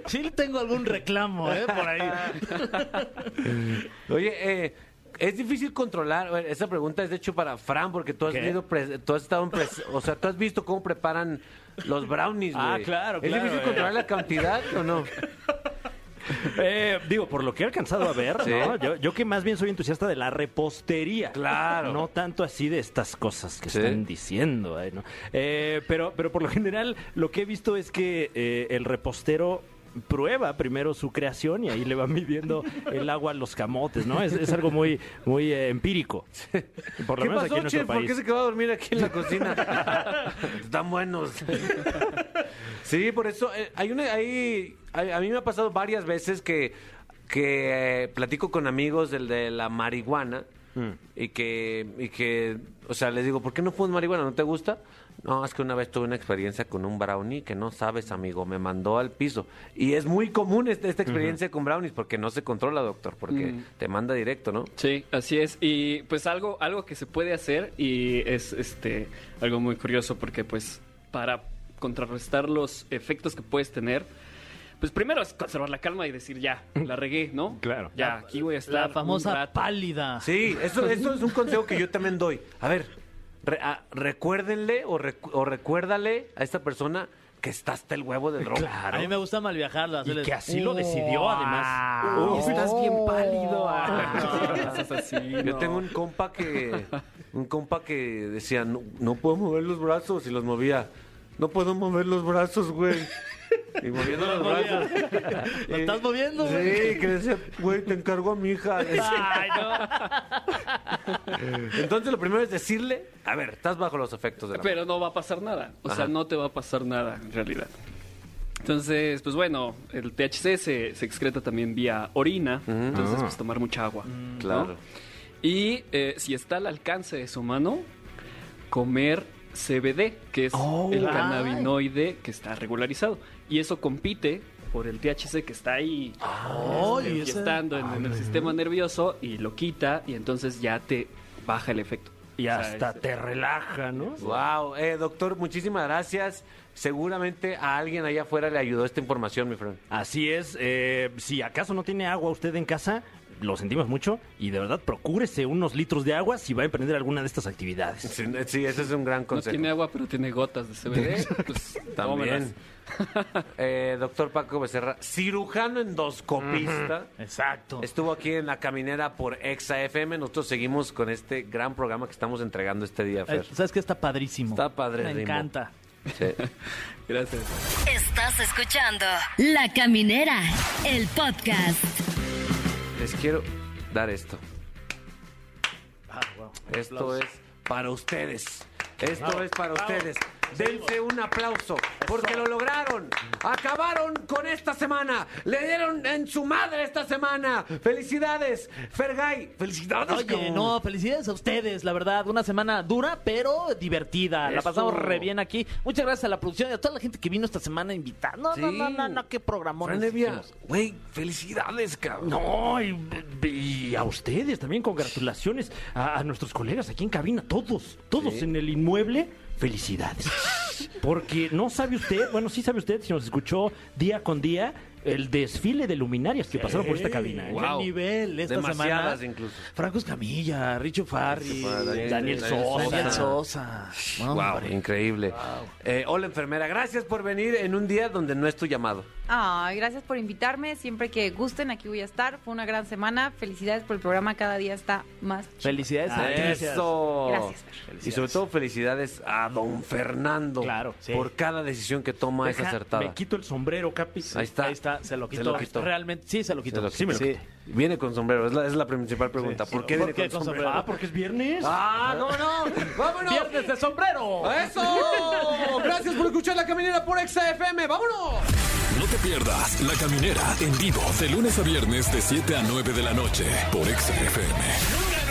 [SPEAKER 4] Sí tengo algún reclamo, ¿eh? Por ahí.
[SPEAKER 2] Oye, eh, es difícil controlar. bueno, Esa pregunta es de hecho para Fran, porque tú has,
[SPEAKER 3] ¿Qué?
[SPEAKER 2] vivido pres- tú has estado en pres- o sea, tú has visto cómo preparan los brownies, güey.
[SPEAKER 3] Ah, claro,
[SPEAKER 2] ¿Es
[SPEAKER 3] claro,
[SPEAKER 2] difícil
[SPEAKER 3] güey.
[SPEAKER 2] controlar la cantidad o no?
[SPEAKER 3] Eh, digo, por lo que he alcanzado a ver,
[SPEAKER 2] Sí.
[SPEAKER 3] ¿no? Yo, yo que más bien soy entusiasta de la repostería.
[SPEAKER 2] Claro.
[SPEAKER 3] No tanto así de estas cosas que
[SPEAKER 2] Sí.
[SPEAKER 3] están diciendo. ay, ¿no? Eh, pero, pero por lo general, lo que he visto es que eh, el repostero prueba primero su creación y ahí le va midiendo el agua a los camotes, ¿no? Es, es algo muy, muy eh, empírico. Por lo
[SPEAKER 2] ¿Qué
[SPEAKER 3] menos aquí
[SPEAKER 2] pasó,
[SPEAKER 3] en nuestro
[SPEAKER 2] chef? ¿Por
[SPEAKER 3] país.
[SPEAKER 2] qué se quedó a dormir aquí en la cocina? Están buenos. Sí, por eso eh, hay una hay, a, a mí me ha pasado varias veces que que eh, platico con amigos del de la marihuana
[SPEAKER 3] Mm.
[SPEAKER 2] y que y que o sea, les digo, "¿Por qué no fumas marihuana? ¿No te gusta?" No, es que una vez tuve una experiencia con un brownie que no sabes, amigo, me mandó al piso. Y es muy común este- esta experiencia con brownies porque no se controla, doctor, porque
[SPEAKER 3] Mm.
[SPEAKER 8] Ujú.
[SPEAKER 2] te manda directo, ¿no?
[SPEAKER 8] Sí, así es. Y pues algo, algo que se puede hacer y es este algo muy curioso porque pues para contrarrestar los efectos que puedes tener, pues primero es conservar la calma y decir ya, la regué, ¿no?
[SPEAKER 3] Claro.
[SPEAKER 8] Ya, aquí voy a estar.
[SPEAKER 4] La
[SPEAKER 8] un
[SPEAKER 4] famosa
[SPEAKER 8] rato.
[SPEAKER 4] pálida.
[SPEAKER 2] Sí, eso, eso es un consejo que yo también doy. A ver, re- a- recuérdenle o, recu- o recuérdale a esta persona que está hasta el huevo de droga.
[SPEAKER 4] A mí me gusta mal viajarlo.
[SPEAKER 3] Y
[SPEAKER 4] hacerles-
[SPEAKER 3] que así
[SPEAKER 8] "Oh,
[SPEAKER 3] lo decidió, además.
[SPEAKER 2] Uy, estás bien
[SPEAKER 8] pálido. ah. Cosas así,
[SPEAKER 2] Yo
[SPEAKER 8] ¿no?
[SPEAKER 2] tengo un compa que un compa que decía, no, no puedo mover los brazos y los movía. No puedo mover los brazos, güey. Y moviendo los brazos.
[SPEAKER 4] Lo estás moviendo, güey.
[SPEAKER 2] Sí, que decía, güey, te encargo a mi hija.
[SPEAKER 4] Ay, no.
[SPEAKER 2] Entonces lo primero es decirle, a ver, estás bajo los efectos de la
[SPEAKER 8] Pero no va a pasar nada. O
[SPEAKER 2] Ajá.
[SPEAKER 8] sea, no te va a pasar nada en realidad. Entonces, pues bueno, el THC se, se excreta también vía orina. Entonces, pues tomar mucha agua. ¿no?
[SPEAKER 2] claro.
[SPEAKER 8] Y eh, si está al alcance de su mano, comer CBD, que es
[SPEAKER 4] Oh,
[SPEAKER 3] Oh,
[SPEAKER 8] el cannabinoide que está regularizado. Y eso compite por el THC que está ahí Este,
[SPEAKER 4] Ay, ese-
[SPEAKER 8] estando en, en el sistema nervioso y lo quita y entonces ya te baja el efecto.
[SPEAKER 3] Y
[SPEAKER 2] sea,
[SPEAKER 3] hasta
[SPEAKER 2] es-
[SPEAKER 3] te relaja, ¿no?
[SPEAKER 2] Wow, eh, doctor, muchísimas gracias. Seguramente a alguien allá afuera le ayudó esta información, mi friend.
[SPEAKER 3] Así es, eh, si acaso no tiene agua usted en casa, lo sentimos mucho y de verdad procúrese unos litros de agua si va a emprender alguna de estas actividades.
[SPEAKER 2] Sí, sí, ese es un gran
[SPEAKER 11] No
[SPEAKER 2] consejo.
[SPEAKER 11] tiene agua, pero tiene gotas de CBD. Pues, tómelas.
[SPEAKER 2] También. Eh, doctor Paco Becerra, cirujano endoscopista.
[SPEAKER 4] Exacto.
[SPEAKER 2] Estuvo aquí en la caminera por Exa FM. Nosotros seguimos con este gran programa que estamos entregando este día, Fer.
[SPEAKER 4] Eh, ¿Sabes que Está padrísimo.
[SPEAKER 2] Está padre,
[SPEAKER 4] Me encanta.
[SPEAKER 11] Gracias.
[SPEAKER 5] Estás escuchando La Caminera, el podcast.
[SPEAKER 2] Les quiero dar esto. Esto
[SPEAKER 4] Ah, Aplausos.
[SPEAKER 2] es para ustedes. Esto
[SPEAKER 4] Bravo,
[SPEAKER 2] es para
[SPEAKER 4] bravo.
[SPEAKER 2] ustedes. Dense un aplauso porque lo lograron. Acabaron con esta semana. Le dieron en su madre esta semana. Felicidades, Fergay. Felicidades.
[SPEAKER 4] Oye,
[SPEAKER 2] cabrón.
[SPEAKER 4] no, felicidades a ustedes, la verdad. Una semana dura, pero divertida. La
[SPEAKER 2] Eso.
[SPEAKER 4] pasamos re bien aquí. Muchas gracias a la producción y a toda la gente que vino esta semana a invitar. No, no,
[SPEAKER 2] Sí.
[SPEAKER 4] no, no, no, qué programón.
[SPEAKER 2] Fran Evia, güey, felicidades, cabrón.
[SPEAKER 3] No, y, y a ustedes también congratulaciones a, a nuestros colegas aquí en cabina, todos, todos en el inmueble, felicidades. Porque no sabe usted, bueno, sí sabe usted si nos escuchó día con día el desfile de luminarias que pasaron por esta cabina. ¿eh?
[SPEAKER 4] Wow. nivel esta
[SPEAKER 2] Demasiadas
[SPEAKER 4] semana.
[SPEAKER 2] incluso.
[SPEAKER 4] Franco Escamilla, Richo Farri,
[SPEAKER 2] Farri,
[SPEAKER 4] Daniel
[SPEAKER 2] Daniel
[SPEAKER 4] Sosa.
[SPEAKER 2] Sosa.
[SPEAKER 4] Daniel Sosa. No,
[SPEAKER 2] Wow,
[SPEAKER 4] hombre.
[SPEAKER 2] increíble. Eh, hola, enfermera. Gracias por venir en un día donde no es tu llamado.
[SPEAKER 6] Ay, gracias por invitarme. Siempre que gusten, aquí voy a estar. Fue una gran semana. Felicidades por el programa. Cada día está más
[SPEAKER 4] Felicidades a ti.
[SPEAKER 2] Eso.
[SPEAKER 6] Gracias,
[SPEAKER 2] Y sobre todo felicidades a don Fernando
[SPEAKER 4] Claro, sí.
[SPEAKER 2] por cada decisión que toma es
[SPEAKER 4] Deja-
[SPEAKER 2] acertada.
[SPEAKER 3] Me quito el sombrero, Capi.
[SPEAKER 2] Ahí está.
[SPEAKER 4] Ahí está, se lo
[SPEAKER 2] Se
[SPEAKER 4] quitó.
[SPEAKER 2] lo quitó.
[SPEAKER 4] Realmente, sí, se lo quitó.
[SPEAKER 2] Se lo
[SPEAKER 4] Sí, me lo
[SPEAKER 2] quito.
[SPEAKER 4] quitó.
[SPEAKER 2] Viene con sombrero, es la, es la principal pregunta. ¿Por qué viene con sombrero?
[SPEAKER 3] Ah, porque es viernes.
[SPEAKER 2] Ah, no, no. Vámonos.
[SPEAKER 4] Viernes de sombrero.
[SPEAKER 2] Eso. Gracias por escuchar la caminera por XFM. Vámonos.
[SPEAKER 1] No te pierdas La Caminera en vivo de lunes a viernes de 7 a 9 de la noche por Exa FM.
[SPEAKER 10] ¡Lunes!